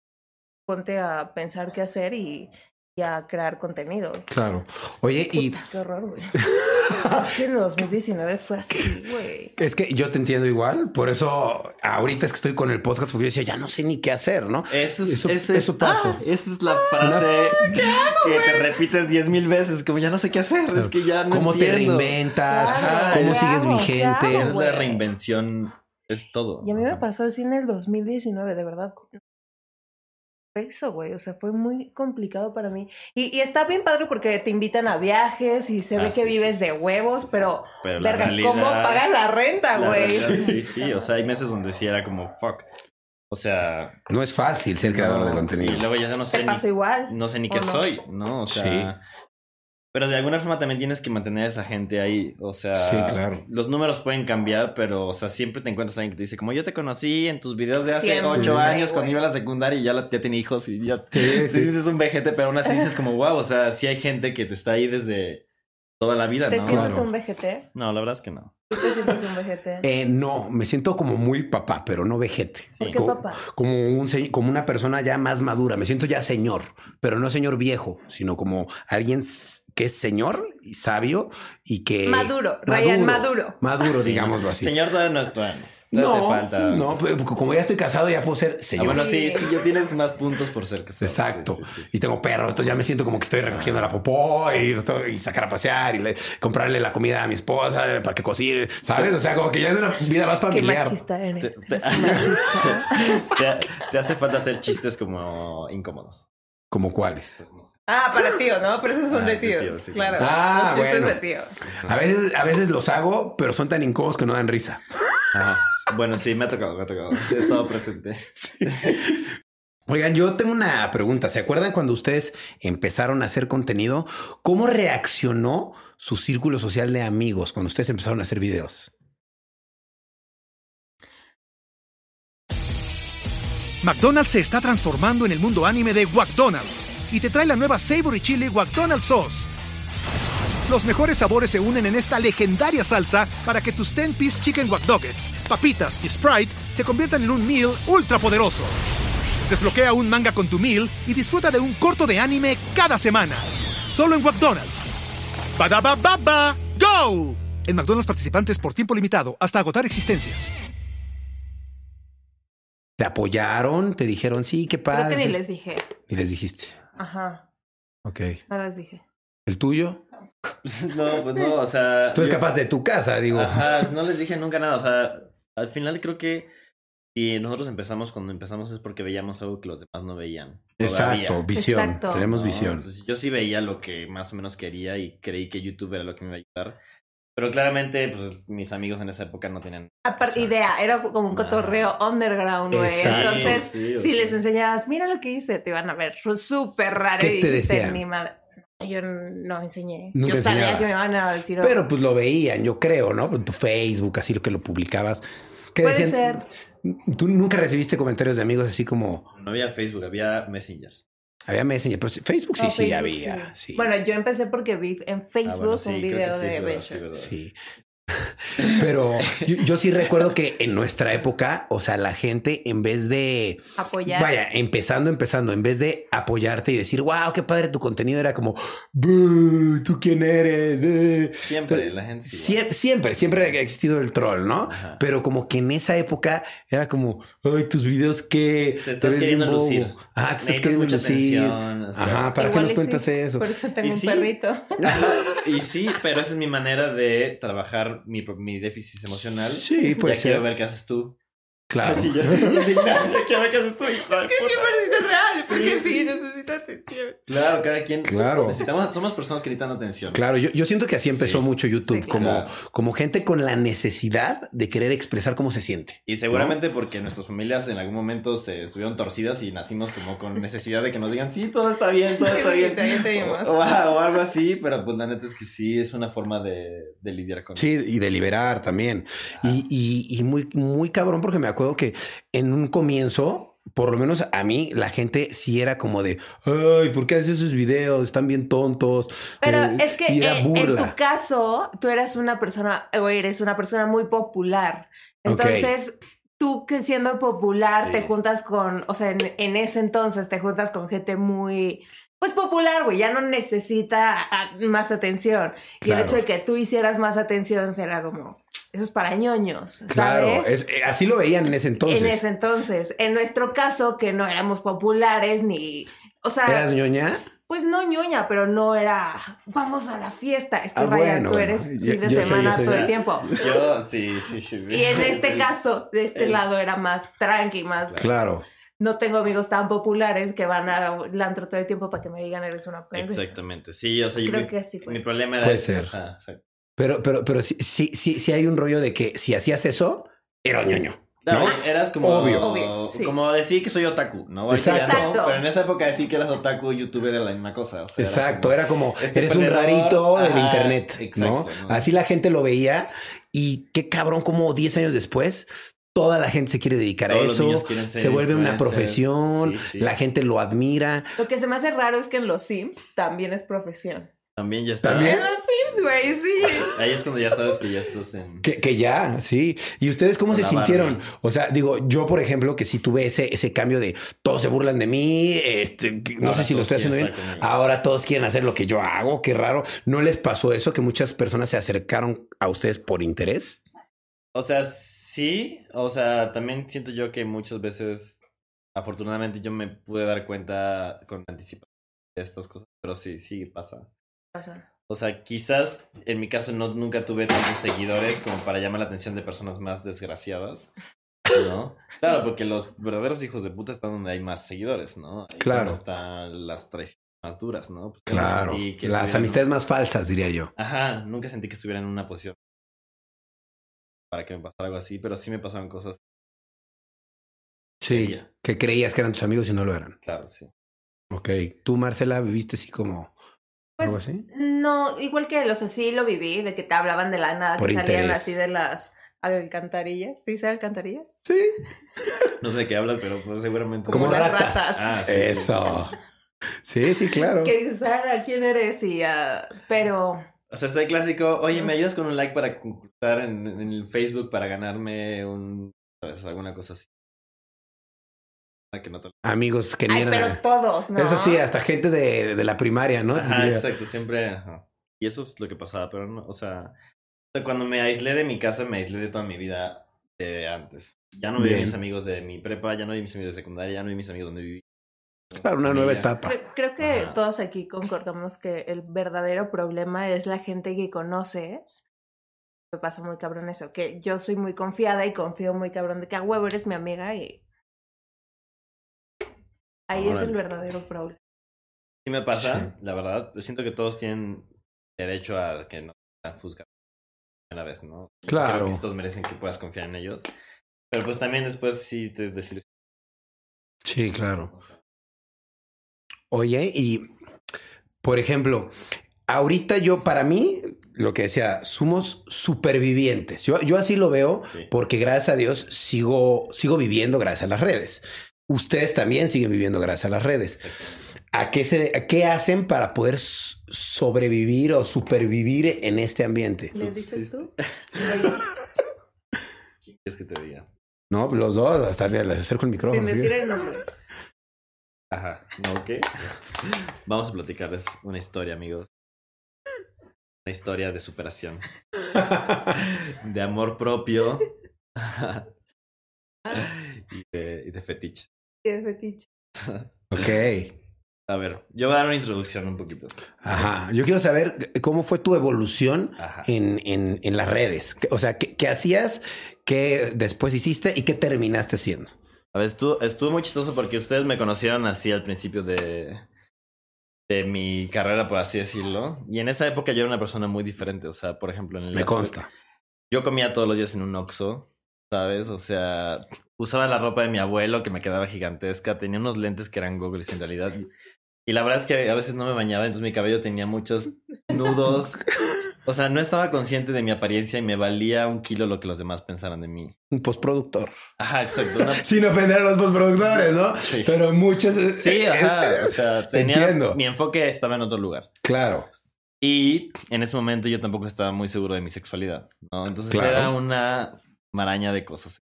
S3: Ponte a pensar qué hacer y, y a crear contenido.
S1: claro. Oye, y
S3: Puta, qué horror, güey. es que en 2019 fue así, güey.
S1: es que yo te entiendo igual, por eso ahorita es que estoy con el podcast, porque yo decía, ya no sé ni qué hacer, ¿no?
S2: Eso, es,
S1: Eso-
S2: ese es-
S1: eso pasó.
S2: ah, esa es la frase que te repites 10 mil veces. Como ya no sé qué hacer. Es que ya no
S1: ¿Cómo
S2: entiendo.
S1: te reinventas?
S3: Claro,
S1: ¿Cómo
S2: ¿qué
S1: sigues
S3: hago?
S1: vigente?
S3: ¿Qué
S2: Es
S3: hago?
S2: la
S3: güey.
S2: reinvención. Es todo.
S3: Y a mí me pasó así en el 2019, de verdad. Eso, güey, o sea, fue muy complicado para mí. Y, y está bien padre porque te invitan a viajes y se
S2: Ah,
S3: ve
S2: sí,
S3: que
S2: sí,
S3: vives de huevos, pero,
S2: Pero la
S3: verga,
S2: realidad-
S3: ¿cómo pagas la renta,
S2: la
S3: güey?
S2: realidad, Sí, sí. O sea, hay meses donde sí era como fuck. O sea.
S1: No es fácil ser creador de
S2: no. Y
S1: contenido.
S2: luego ya no sé
S3: ¿Te
S2: ni
S3: pasó igual?
S2: no sé ni
S3: ¿O
S2: qué
S3: no?
S2: soy, ¿no? O sea, pero de alguna forma también tienes que mantener a esa gente ahí, o sea,
S1: Sí, claro.
S2: los números pueden cambiar, pero, o sea, siempre te encuentras a alguien que te dice, como yo te conocí en tus videos de hace
S3: Siempre,
S2: ocho años cuando
S3: güey.
S2: iba a la secundaria y ya, la- ya tenía hijos y ya te
S1: Sí, sí.
S2: dices un vejete, pero aún así dices como, wow, o sea, sí hay gente que te está ahí desde toda la vida,
S3: ¿Te
S2: ¿no?
S3: sientes
S1: Claro.
S3: un vejete?
S2: No, la verdad es que no.
S3: ¿Tú te sientes un vejete?
S1: Eh, no, me siento como muy papá, pero no vejete.
S2: Sí.
S3: ¿Por qué
S1: Co-
S3: papá?
S1: como un se- como una persona ya más madura. Me siento ya señor, pero no señor viejo, sino como alguien s- que es señor y sabio y que
S3: Maduro, Ryan Maduro.
S1: maduro, digámoslo así.
S2: Señor, todavía no es todavía no. Todavía
S1: No,
S2: te falta.
S1: no, pues, como ya estoy casado, ya puedo ser
S2: Ah,
S1: señor.
S2: bueno,
S3: Sí.
S2: sí, sí, ya tienes más puntos por ser casado.
S1: Exacto.
S2: Sí, sí, sí, sí.
S1: Y tengo perro, entonces ya me siento como que estoy recogiendo la popó y, estoy- y sacar a pasear y le- comprarle la comida a mi esposa para que cocine, ¿sabes? O sea, como que ya es una vida más
S3: Qué
S1: familiar.
S3: machista eres.
S2: Te- ah. te-
S3: Eres un machista.
S2: Te, te hace falta hacer chistes como incómodos.
S1: ¿Como cuáles?
S3: Ah, para tío, ¿no? Pero esos son
S2: Ah,
S3: de
S2: de tío,
S3: tíos.
S2: sí.
S3: Claro.
S1: Ah,
S3: Los chistes
S1: bueno.
S3: de tío.
S1: A veces, a veces los hago, pero son tan incómodos que no dan risa.
S2: Ajá. Bueno, sí, me ha tocado, me ha tocado. He estado presente.
S1: Oigan, yo tengo una pregunta. ¿Se acuerdan cuando ustedes empezaron a hacer contenido? ¿Cómo reaccionó su círculo social de amigos cuando ustedes empezaron a hacer videos?
S4: McDonald's se está transformando en el mundo anime de McDonald's y te trae la nueva Savory Chili McDonald's Sauce. Los mejores sabores se unen en esta legendaria salsa para que tus 10-piece chicken wack doggets, papitas y Sprite se conviertan en un meal ultra poderoso. Desbloquea un manga con tu meal y disfruta de un corto de anime cada semana. Solo en McDonald's. Badaba baba go. En McDonald's participantes por tiempo limitado hasta agotar existencias.
S1: ¿Te apoyaron? ¿Te dijeron sí? ¿Qué
S3: Creo
S1: padre?
S3: que ni les dije.
S1: Y les dijiste.
S3: Ajá.
S1: Ok.
S3: No les dije.
S1: ¿El tuyo?
S2: No, pues no, o sea.
S1: Tú eres
S2: yo-
S1: capaz de tu casa, digo.
S2: Ajá, no les dije nunca nada. O sea, al final creo que si nosotros empezamos cuando empezamos es porque veíamos algo que los demás no veían. todavía,
S1: Exacto, visión.
S3: Exacto.
S1: Tenemos
S2: ¿no?
S1: visión.
S2: Entonces, yo sí veía lo que más o menos quería y creí que YouTube era lo que me iba a ayudar. Pero claramente, pues mis amigos en esa época no tenían. Exacto.
S3: Aparte, idea, era como un cotorreo underground, güey.
S1: Exacto.
S3: Entonces,
S2: Sí, sí,
S3: si
S2: sí.
S3: les enseñabas, mira lo que hice, te iban a ver ru- súper raro.
S1: ¿Qué
S3: y
S1: te
S3: dijiste,
S1: decían?
S3: "Ni madre". Yo no enseñé.
S1: Nunca
S3: Yo sabía
S1: enseñabas.
S3: que me iban a decir. oh,
S1: Pero pues lo veían, yo creo, ¿no? En tu Facebook, así lo que lo publicabas. ¿Qué
S3: Puede
S1: decían? mm, Tú nunca recibiste comentarios de amigos así como
S2: No había Facebook, había Messenger.
S1: había Messenger, pero sí- Facebook sí,
S3: no,
S1: sí,
S3: Facebook,
S1: había. Sí.
S3: Bueno, yo empecé porque vi en Facebook
S2: Ah, bueno, sí,
S3: un
S2: creo que
S3: video
S2: sí,
S3: de
S2: es verdad,
S3: Bencher.
S2: sí, verdad.
S1: Sí. Pero yo, yo sí recuerdo que en nuestra época, o sea, la gente en vez de,
S3: Apoyar.
S1: vaya, empezando, empezando, en vez de apoyarte y decir, wow, qué padre tu contenido, era como, "Bú, ¿tú quién eres? Bú".
S2: Siempre, la gente. sí,
S1: Siem- siempre, siempre ha existido el troll, ¿no?
S2: Ajá.
S1: Pero como que en esa época era como, ay, tus videos que
S2: Te estás queriendo lucir.
S1: Ah, te estás
S2: Necesitas
S1: queriendo
S2: mucha
S1: lucir.
S2: atención, o sea.
S1: Ajá, ¿para
S3: Igual
S1: qué nos
S3: y
S1: cuentas
S3: sí,
S1: eso?
S3: Por eso tengo
S2: Y
S3: un
S2: sí.
S3: perrito.
S2: Y sí, pero esa es mi manera de trabajar mi, pro- mi déficit emocional.
S1: Sí,
S2: ya
S1: pues
S2: quiero ver qué haces tú.
S1: claro.
S2: Así yo, indignado, ya quiero ver qué haces tú. hijo de puta.
S3: es real, porque sí, necesito atención.
S2: Claro, cada quien.
S1: Claro.
S2: Necesitamos, somos personas que necesitan atención.
S1: Claro, yo, yo siento que así empezó
S2: Sí.
S1: mucho YouTube,
S3: Sí, claro.
S1: como, como gente con la necesidad de querer expresar cómo se siente.
S2: Y seguramente porque nuestras familias en algún momento se estuvieron torcidas y nacimos como con necesidad de que nos digan, sí, todo está bien, todo
S3: Sí,
S2: está bien.
S3: ya te vimos.
S2: O, o- o algo así, pero pues la neta es que sí, es una forma de, de lidiar con
S1: Sí, y de liberar también. Y, y- y muy, muy cabrón, porque me acuerdo que en un comienzo, por lo menos a mí, la gente sí era como de, ay, ¿por qué haces esos videos? Están bien tontos.
S3: Pero
S1: Eh,
S3: es que
S1: y era
S3: eh, en tu
S1: burla.
S3: caso, tú eras una persona, o eres una persona muy popular.
S1: Ok.
S3: Entonces, tú que siendo popular
S2: Sí.
S3: te juntas con, o sea, en, en ese entonces te juntas con gente muy, pues popular, güey, ya no necesita ah, más atención. Y
S1: Claro.
S3: el hecho de que tú hicieras más atención será como, eso es para ñoños, ¿sabes?
S1: Claro, es- eh, así lo veían en ese entonces.
S3: En ese entonces, en nuestro caso, que no éramos populares ni... O sea,
S1: ¿Eras ñoña?
S3: pues no ñoña, pero no era vamos a la fiesta. Es que
S1: Ah,
S3: Ryan,
S1: bueno,
S3: tú
S1: bueno.
S3: eres
S1: Yo-
S3: fin de
S1: yo soy-
S3: semana
S1: yo soy-
S3: todo el
S2: ya.
S3: tiempo.
S2: Yo, sí, sí, sí.
S3: Y en este
S2: El-
S3: caso, de este
S2: el-
S3: lado era más tranqui, más.
S1: Claro.
S3: No tengo amigos tan populares que van al antro todo el tiempo para que me digan eres una pendeja.
S2: Exactamente, sí, o sea, yo-
S3: Creo
S2: mi,
S3: que así fue.
S2: mi problema era...
S1: Puede
S2: ese,
S1: ser.
S2: ajá, exacto.
S1: Pero, pero, pero sí, sí, sí, sí hay un rollo de que si hacías eso, era ñoño.
S2: Claro,
S1: ¿no?
S2: eras como,
S1: Obvio.
S3: Obvio, sí.
S2: como decir que soy otaku, ¿no? Ahorita ya
S3: Exacto.
S2: no,
S3: Exacto.
S2: pero en esa época decir que eras otaku y youtuber era la misma cosa. o sea,
S1: Exacto,
S2: como-
S1: era como,
S2: este
S1: eres un
S2: perdedor,
S1: rarito del
S2: ajá,
S1: internet,
S2: exacto,
S1: ¿no?
S2: ¿no?
S1: Así la gente lo veía y qué cabrón, como 10 años después, toda la gente se quiere dedicar
S2: Todos
S1: a
S2: los
S1: eso,
S2: niños quieren ser
S1: se vuelve una
S2: influencers.
S1: profesión,
S2: Sí, sí.
S1: la gente lo admira.
S3: Lo que se me hace raro es que en los Sims también es profesión.
S2: También ya está.
S1: ¿También?
S3: En los Sims, güey, sí.
S2: Ahí es cuando ya sabes que ya estás en...
S1: Que, que ya, sí. ¿Y ustedes cómo
S2: Con
S1: se
S2: la
S1: sintieron?
S2: barba.
S1: O sea, digo, yo, por ejemplo, que sí tuve ese, ese cambio de todos se burlan de mí, este, que no
S2: Ahora
S1: sé si lo
S2: todos
S1: estoy haciendo bien. Ah,
S2: quieren estar conmigo.
S1: Ahora todos quieren hacer lo que yo hago, qué raro. ¿No les pasó eso que muchas personas se acercaron a ustedes por interés?
S2: O sea, sí Sí, o sea, también siento yo que muchas veces, afortunadamente, yo me pude dar cuenta con anticipación de estas cosas, pero sí, sí pasa.
S3: Pasa.
S2: O sea, quizás en mi caso no, nunca tuve tantos seguidores como para llamar la atención de personas más desgraciadas, ¿no? Claro, porque los verdaderos hijos de puta están donde hay más seguidores, ¿no? Ahí
S1: Claro.
S2: cuando Están las traiciones más duras, ¿no? Pues nunca
S1: Claro.
S2: sentí que
S1: Las
S2: estuvieran-
S1: amistades más falsas, diría yo.
S2: Ajá, nunca sentí que estuviera en una posición para que me pasara algo así, pero sí me pasaron cosas.
S1: Sí.
S2: Creía.
S1: Que creías que eran tus amigos y no lo eran.
S2: Claro, sí.
S1: Ok. Tú, Marcela, viviste así como
S3: Pues,
S1: algo así.
S3: No, igual que los así lo viví, de que te hablaban de la nada,
S1: Por
S3: que salían
S1: interés.
S3: así de las alcantarillas. ¿Sí se alcantarillas?
S1: Sí.
S2: No sé de qué hablas, pero pues seguramente.
S1: Como
S3: las
S1: ratas.
S2: Ah, sí, sí.
S1: Eso. Sí, sí, claro.
S3: Que dices, ah, ¿quién eres? Y ah, pero
S2: O sea, está el clásico, oye, ¿me ayudas con un like para concursar en, en el Facebook para ganarme un... ¿sabes? Alguna cosa así. Ah, Que no te...
S1: Amigos que ni
S3: Ay,
S1: eran-
S3: pero todos, ¿no?
S1: Eso sí, hasta gente de, de la primaria, ¿no? Te
S2: Ajá,
S1: escribía.
S2: exacto, siempre... ajá. Y eso es lo que pasaba, pero no, o sea... o sea, Cuando me aislé de mi casa, me aislé de toda mi vida de antes. Ya no vi a
S1: Bien.
S2: mis amigos de mi prepa, ya no vi a mis amigos de secundaria, ya no vi a mis amigos donde viví.
S1: Claro, "Ah, una nueva
S2: Mira.
S1: etapa.
S3: Cre- Creo que
S2: Ajá.
S3: todos aquí concordamos que el verdadero problema es la gente que conoces. Me pasa muy cabrón eso, que yo soy muy confiada y confío muy cabrón de que a huevo eres mi amiga y... Ahí es el
S1: Órale.
S3: verdadero problema.
S2: Sí me pasa, la verdad. Siento que todos tienen derecho a que no sean juzgados a la vez, ¿no? Creo que
S1: Claro.
S2: estos merecen que puedas confiar en ellos. Pero pues también después sí te desilusionas.
S1: Sí, claro. Oye, y por ejemplo, ahorita yo, para mí, lo que decía, somos supervivientes. Yo, yo así lo veo
S2: Sí.
S1: porque gracias a Dios sigo, sigo viviendo gracias a las redes. Ustedes también siguen viviendo gracias a las redes. ¿A qué, se, a qué hacen para poder s- sobrevivir o supervivir en este ambiente?
S3: ¿Le dices tú?
S2: ¿Qué quieres que te diga?
S1: No, los dos, hasta le les acerco el
S3: Sin
S1: micrófono. ¿sí?
S3: decir el nombre.
S2: Ajá, ¿no qué? Vamos a platicarles una historia, amigos. Una historia de superación, de amor propio y de, y de fetiche.
S3: Qué fetiche.
S1: ok.
S2: A ver, yo voy a dar una introducción un poquito.
S1: Ajá. Yo quiero saber cómo fue tu evolución
S2: Ajá.
S1: en, en- en las redes. O sea, ¿qué, qué hacías? ¿Qué después hiciste? ¿Y qué terminaste haciendo?
S2: A ver, estuvo, estuvo muy chistoso porque ustedes me conocieron así al principio de, de mi carrera, por así decirlo. Y en esa época yo era una persona muy diferente. O sea, por ejemplo, en el
S1: Me consta.
S2: yo comía todos los días en un Oxxo, ¿sabes? O sea, usaba la ropa de mi abuelo que me quedaba gigantesca, tenía unos lentes que eran goggles en realidad. Y la verdad es que a veces no me bañaba, entonces mi cabello tenía muchos nudos. O sea, no estaba consciente de mi apariencia y me valía un kilo lo que los demás pensaran de mí.
S1: Un postproductor.
S2: Ajá, exacto. una-
S1: Sin ofender a los postproductores, ¿no?
S2: Sí.
S1: Pero muchas. eh,
S2: Sí, ajá. O sea, tenía,
S1: Entiendo.
S2: mi enfoque estaba en otro lugar.
S1: Claro.
S2: Y en ese momento yo tampoco estaba muy seguro de mi sexualidad, ¿no? Entonces
S1: Claro.
S2: era una maraña de cosas.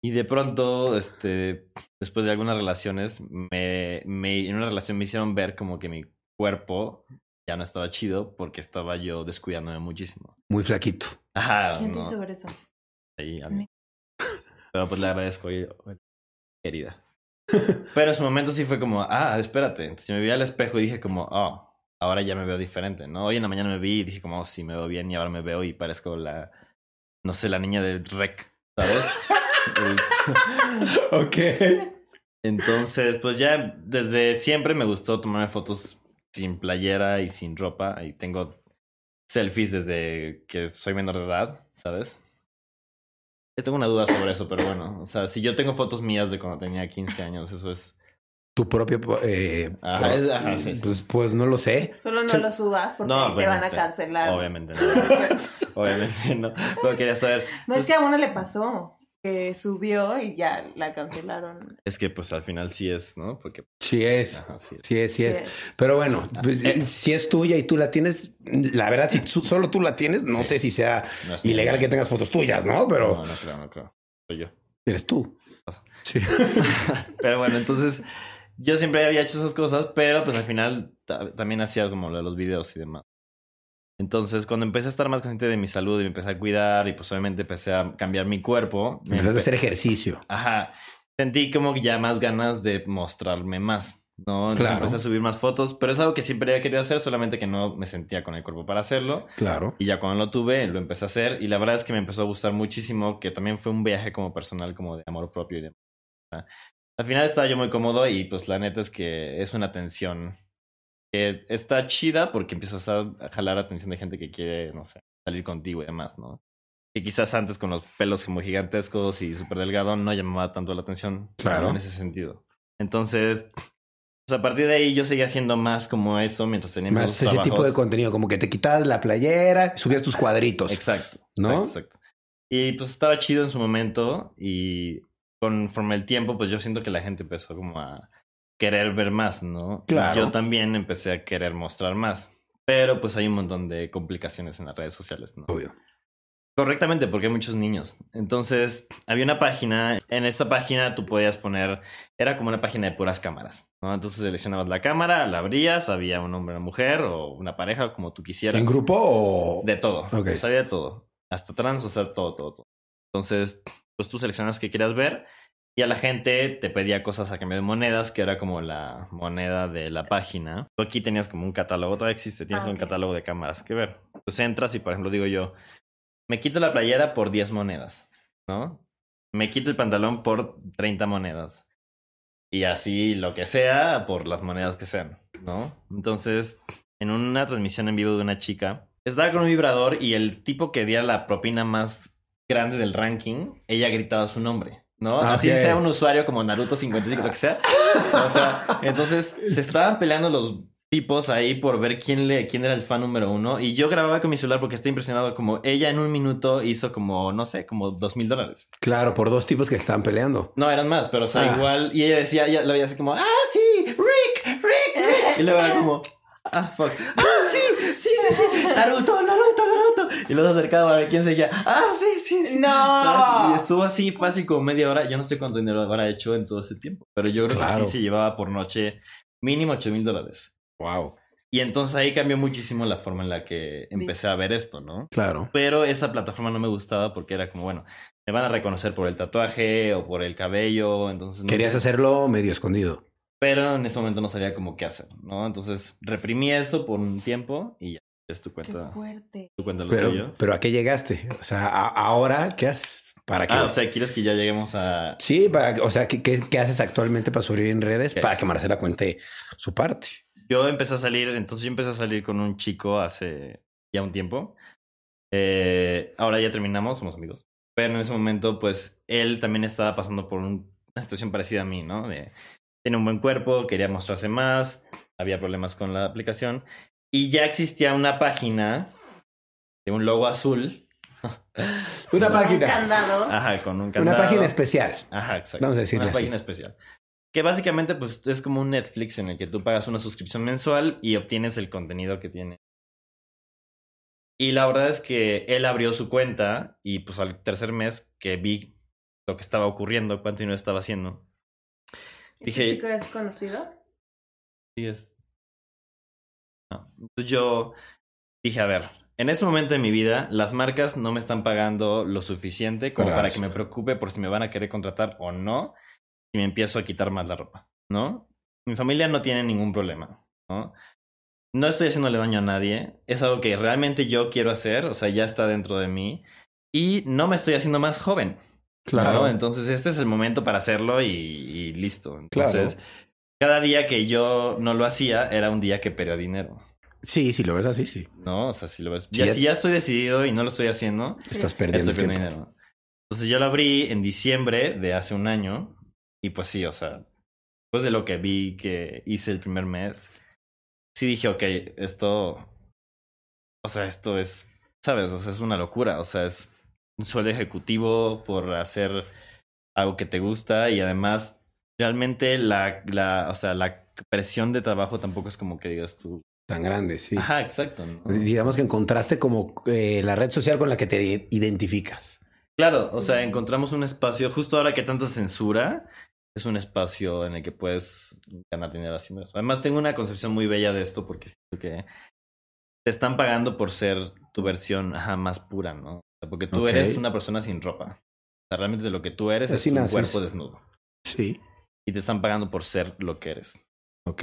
S2: Y de pronto, este, después de algunas relaciones, me, me- en una relación me hicieron ver como que mi cuerpo ya no estaba chido porque estaba yo descuidándome muchísimo.
S1: Muy flaquito.
S2: Ajá,
S3: ¿Quién te
S2: Ah, no,
S3: hizo ver eso?
S2: ahí, a mí. Pero pues le agradezco, oye, oye, querida. Pero en su momento sí fue como, ah, espérate. Entonces me vi al espejo y dije como, oh, ahora ya me veo diferente, ¿no? Hoy en la mañana me vi y dije como, oh, sí, me veo bien y ahora me veo y parezco la, no sé, la niña del rec, ¿sabes? El-
S1: Ok.
S2: Entonces, pues ya desde siempre me gustó tomarme fotos sin playera y sin ropa. Y tengo selfies desde que soy menor de edad, ¿sabes? Yo tengo una duda sobre eso, pero bueno. O sea, si yo tengo fotos mías de cuando tenía 15 años, eso es.
S1: Tu propio. eh,
S2: Ajá,
S1: pro-
S2: ajá, sí, sí.
S1: pues, pues no lo sé.
S3: Solo no
S1: Sí.
S3: lo subas porque
S2: No,
S3: ahí te van a
S2: obviamente,
S3: cancelar.
S2: Obviamente no. obviamente no. Pero quería saber. pues,
S3: No es que a uno le pasó, que subió y ya la cancelaron.
S2: Es que pues al final sí es, ¿no? Porque. pues,
S1: Sí es.
S2: Ajá, sí es.
S1: Sí es, sí es.
S3: Que-
S1: Pero bueno, pues,
S2: Eh.
S1: si es tuya y tú la tienes, la verdad, si tú- solo tú la tienes, no
S2: Sí.
S1: sé si sea
S2: No es
S1: ilegal
S2: mío.
S1: que tengas fotos tuyas, ¿no? Pero
S2: No, no creo, no creo. Soy yo.
S1: eres tú.
S2: Pasa.
S1: Sí.
S2: Pero bueno, entonces yo siempre había hecho esas cosas, pero pues al final ta- también hacía como lo de los videos y demás. Entonces, cuando empecé a estar más consciente de mi salud y me empecé a cuidar y pues obviamente empecé a cambiar mi cuerpo. me
S1: Empezaste a
S2: empe-
S1: Pues, hacer ejercicio.
S2: Ajá. Sentí como que ya más ganas de mostrarme más, ¿no? Entonces
S1: Claro.
S2: empecé a subir más fotos, pero es algo que siempre había querido hacer, solamente que no me sentía con el cuerpo para hacerlo.
S1: Claro.
S2: Y ya cuando lo tuve, lo empecé a hacer y la verdad es que me empezó a gustar muchísimo, que también fue un viaje como personal, como de amor propio y demás. Ah, Al final estaba yo muy cómodo y pues la neta es que es una tensión que está chida porque empiezas a a jalar atención de gente que quiere, no sé, salir contigo y demás, ¿no? Que quizás antes con los pelos como gigantescos y súper delgado no llamaba tanto la atención.
S1: Claro.
S2: En ese sentido. Entonces, pues a partir de ahí yo seguía haciendo más como eso mientras tenía mis
S1: Más
S2: otros
S1: ese tipo de
S2: trabajos.
S1: contenido, como que te quitabas la playera, subías tus cuadritos.
S2: Exacto.
S1: ¿no?
S2: Exacto, exacto. Y pues estaba chido en su momento y conforme el tiempo, pues yo siento que la gente empezó como a querer ver más, ¿no?
S1: Claro.
S2: Yo también empecé a querer mostrar más, pero pues hay un montón de complicaciones en las redes sociales, ¿no?
S1: Obvio.
S2: Correctamente, porque hay muchos niños. Entonces, había una página, en esta página tú podías poner, era como una página de puras cámaras, ¿no? Entonces seleccionabas la cámara, la abrías, había un hombre, una mujer o una pareja, como tú quisieras.
S1: ¿En grupo o...?
S2: De todo.
S1: Ok.
S2: O sea, había de todo. Hasta trans, o sea, todo, todo, todo. Entonces, pues tú seleccionas qué quieras ver y a la gente te pedía cosas a cambio de monedas, que era como la moneda de la página. Tú aquí tenías como un catálogo, todavía existe, tienes
S3: Ah,
S2: un
S3: ok.
S2: catálogo de cámaras que ver. Entonces entras y, por ejemplo, digo yo, me quito la playera por 10 monedas, ¿no? Me quito el pantalón por 30 monedas. Y así lo que sea, por las monedas que sean, ¿no? Entonces, en una transmisión en vivo de una chica, estaba con un vibrador y el tipo que diera la propina más grande del ranking, ella gritaba su nombre, ¿no?
S1: Ah,
S2: Así
S1: ok.
S2: sea un usuario como Naruto 55, lo que sea. O sea, entonces se estaban peleando los tipos ahí por ver quién le quién era el fan número uno y yo grababa con mi celular porque estaba impresionado como ella en un minuto hizo como no sé como dos mil dólares
S1: Claro, por dos tipos que estaban peleando.
S2: no, eran más, pero o sea,
S1: Ah.
S2: igual. Y ella decía, ella la veía así como, ah, sí, Rick, Rick, Rick. Y luego era como, ah, fuck. Ah, sí, sí, sí, sí. Naruto, Naruto, Naruto. Y luego se acercaba a ver quién seguía. Ah, sí, sí, sí.
S3: Eh, No.
S2: ¿Sabes? Y estuvo así fácil como media hora. Yo no sé cuánto dinero habrá hecho en todo ese tiempo, pero yo creo
S1: Claro.
S2: que sí se llevaba por noche mínimo 8 mil dólares.
S1: Wow.
S2: Y entonces ahí cambió muchísimo la forma en la que empecé a ver esto, ¿no?
S1: Claro.
S2: Pero esa plataforma no me gustaba porque era como, bueno, me van a reconocer por el tatuaje o por el cabello, entonces... no-
S1: Querías hacerlo medio escondido.
S2: Pero en ese momento no sabía como qué hacer, ¿no? Entonces reprimí eso por un tiempo y ya es tu
S3: Qué
S2: cuenta,
S3: fuerte.
S2: tu cuenta lo tuyo.
S1: Pero, pero ¿a qué llegaste? O sea, a- ahora, ¿qué haces? ¿Para qué?
S2: Ah, o sea, ¿quieres que ya lleguemos a...?
S1: Sí, para- o sea, ¿qué, qué, qué haces actualmente para subir en redes?
S2: Ok.
S1: Para que Marcela cuente su parte.
S2: Yo empecé a salir, entonces yo empecé a salir con un chico hace ya un tiempo. Eh, ahora ya terminamos, somos amigos. Pero en ese momento, pues, él también estaba pasando por un- una situación parecida a mí, ¿no? De, tiene un buen cuerpo, quería mostrarse más, había problemas con la aplicación. Y ya existía una página de un logo azul
S1: Una
S3: Con un
S1: página.
S3: candado.
S2: Ajá, con un
S1: Una
S2: candado.
S1: página especial.
S2: Ajá, exacto.
S1: Vamos a decirle
S2: Una
S1: así.
S2: página especial. Que básicamente pues es como un Netflix en el que tú pagas una suscripción mensual y obtienes el contenido que tiene. Y la verdad es que él abrió su cuenta y pues al tercer mes que vi lo que estaba ocurriendo, cuánto dinero estaba haciendo.
S3: ¿Este
S2: Dije-
S3: chico eres conocido?
S2: Sí es. No. Entonces yo dije, a ver, en este momento de mi vida, las marcas no me están pagando lo suficiente como
S1: Para
S2: para
S1: eso.
S2: que me preocupe por si me van a querer contratar o no, si me empiezo a quitar más la ropa, ¿no? Mi familia no tiene ningún problema, ¿no? No estoy haciéndole daño a nadie, es algo que realmente yo quiero hacer, o sea, ya está dentro de mí y no me estoy haciendo más joven. Claro. Entonces, este es el momento para hacerlo y, y listo. Entonces, cada día que yo no lo hacía era un día que perdía dinero,
S1: Sí, si lo ves así, sí.
S2: ¿no? O sea, si lo ves.
S1: Sí,
S2: ya,
S1: ya-
S2: si ya estoy decidido y no lo estoy haciendo,
S1: Estás
S2: estoy
S1: perdiendo el
S2: perdiendo
S1: tiempo.
S2: dinero. Entonces, yo lo abrí en diciembre de hace un año y pues sí, o sea, después de lo que vi que hice el primer mes, sí dije, ok, esto. O sea, esto es. ¿Sabes? O sea, es una locura. O sea, es un sueldo ejecutivo por hacer algo que te gusta y además realmente la, la, o sea, la presión de trabajo tampoco es como que digas tú.
S1: Tan grande, sí.
S2: Ajá, exacto. ¿no?
S1: Digamos que encontraste como eh, la red social con la que te identificas.
S2: Claro, o
S3: Sí.
S2: sea, encontramos un espacio, justo ahora que hay tanta censura, es un espacio en el que puedes ganar dinero haciendo eso. Además, tengo una concepción muy bella de esto porque siento que te están pagando por ser tu versión ajá, más pura, ¿no? O sea, Porque tú
S1: Ok.
S2: eres una persona sin ropa. O sea, realmente lo que tú eres
S1: Así
S2: es un
S1: naces.
S2: cuerpo desnudo.
S1: Sí.
S2: Y te están pagando por ser lo que eres.
S1: Ok.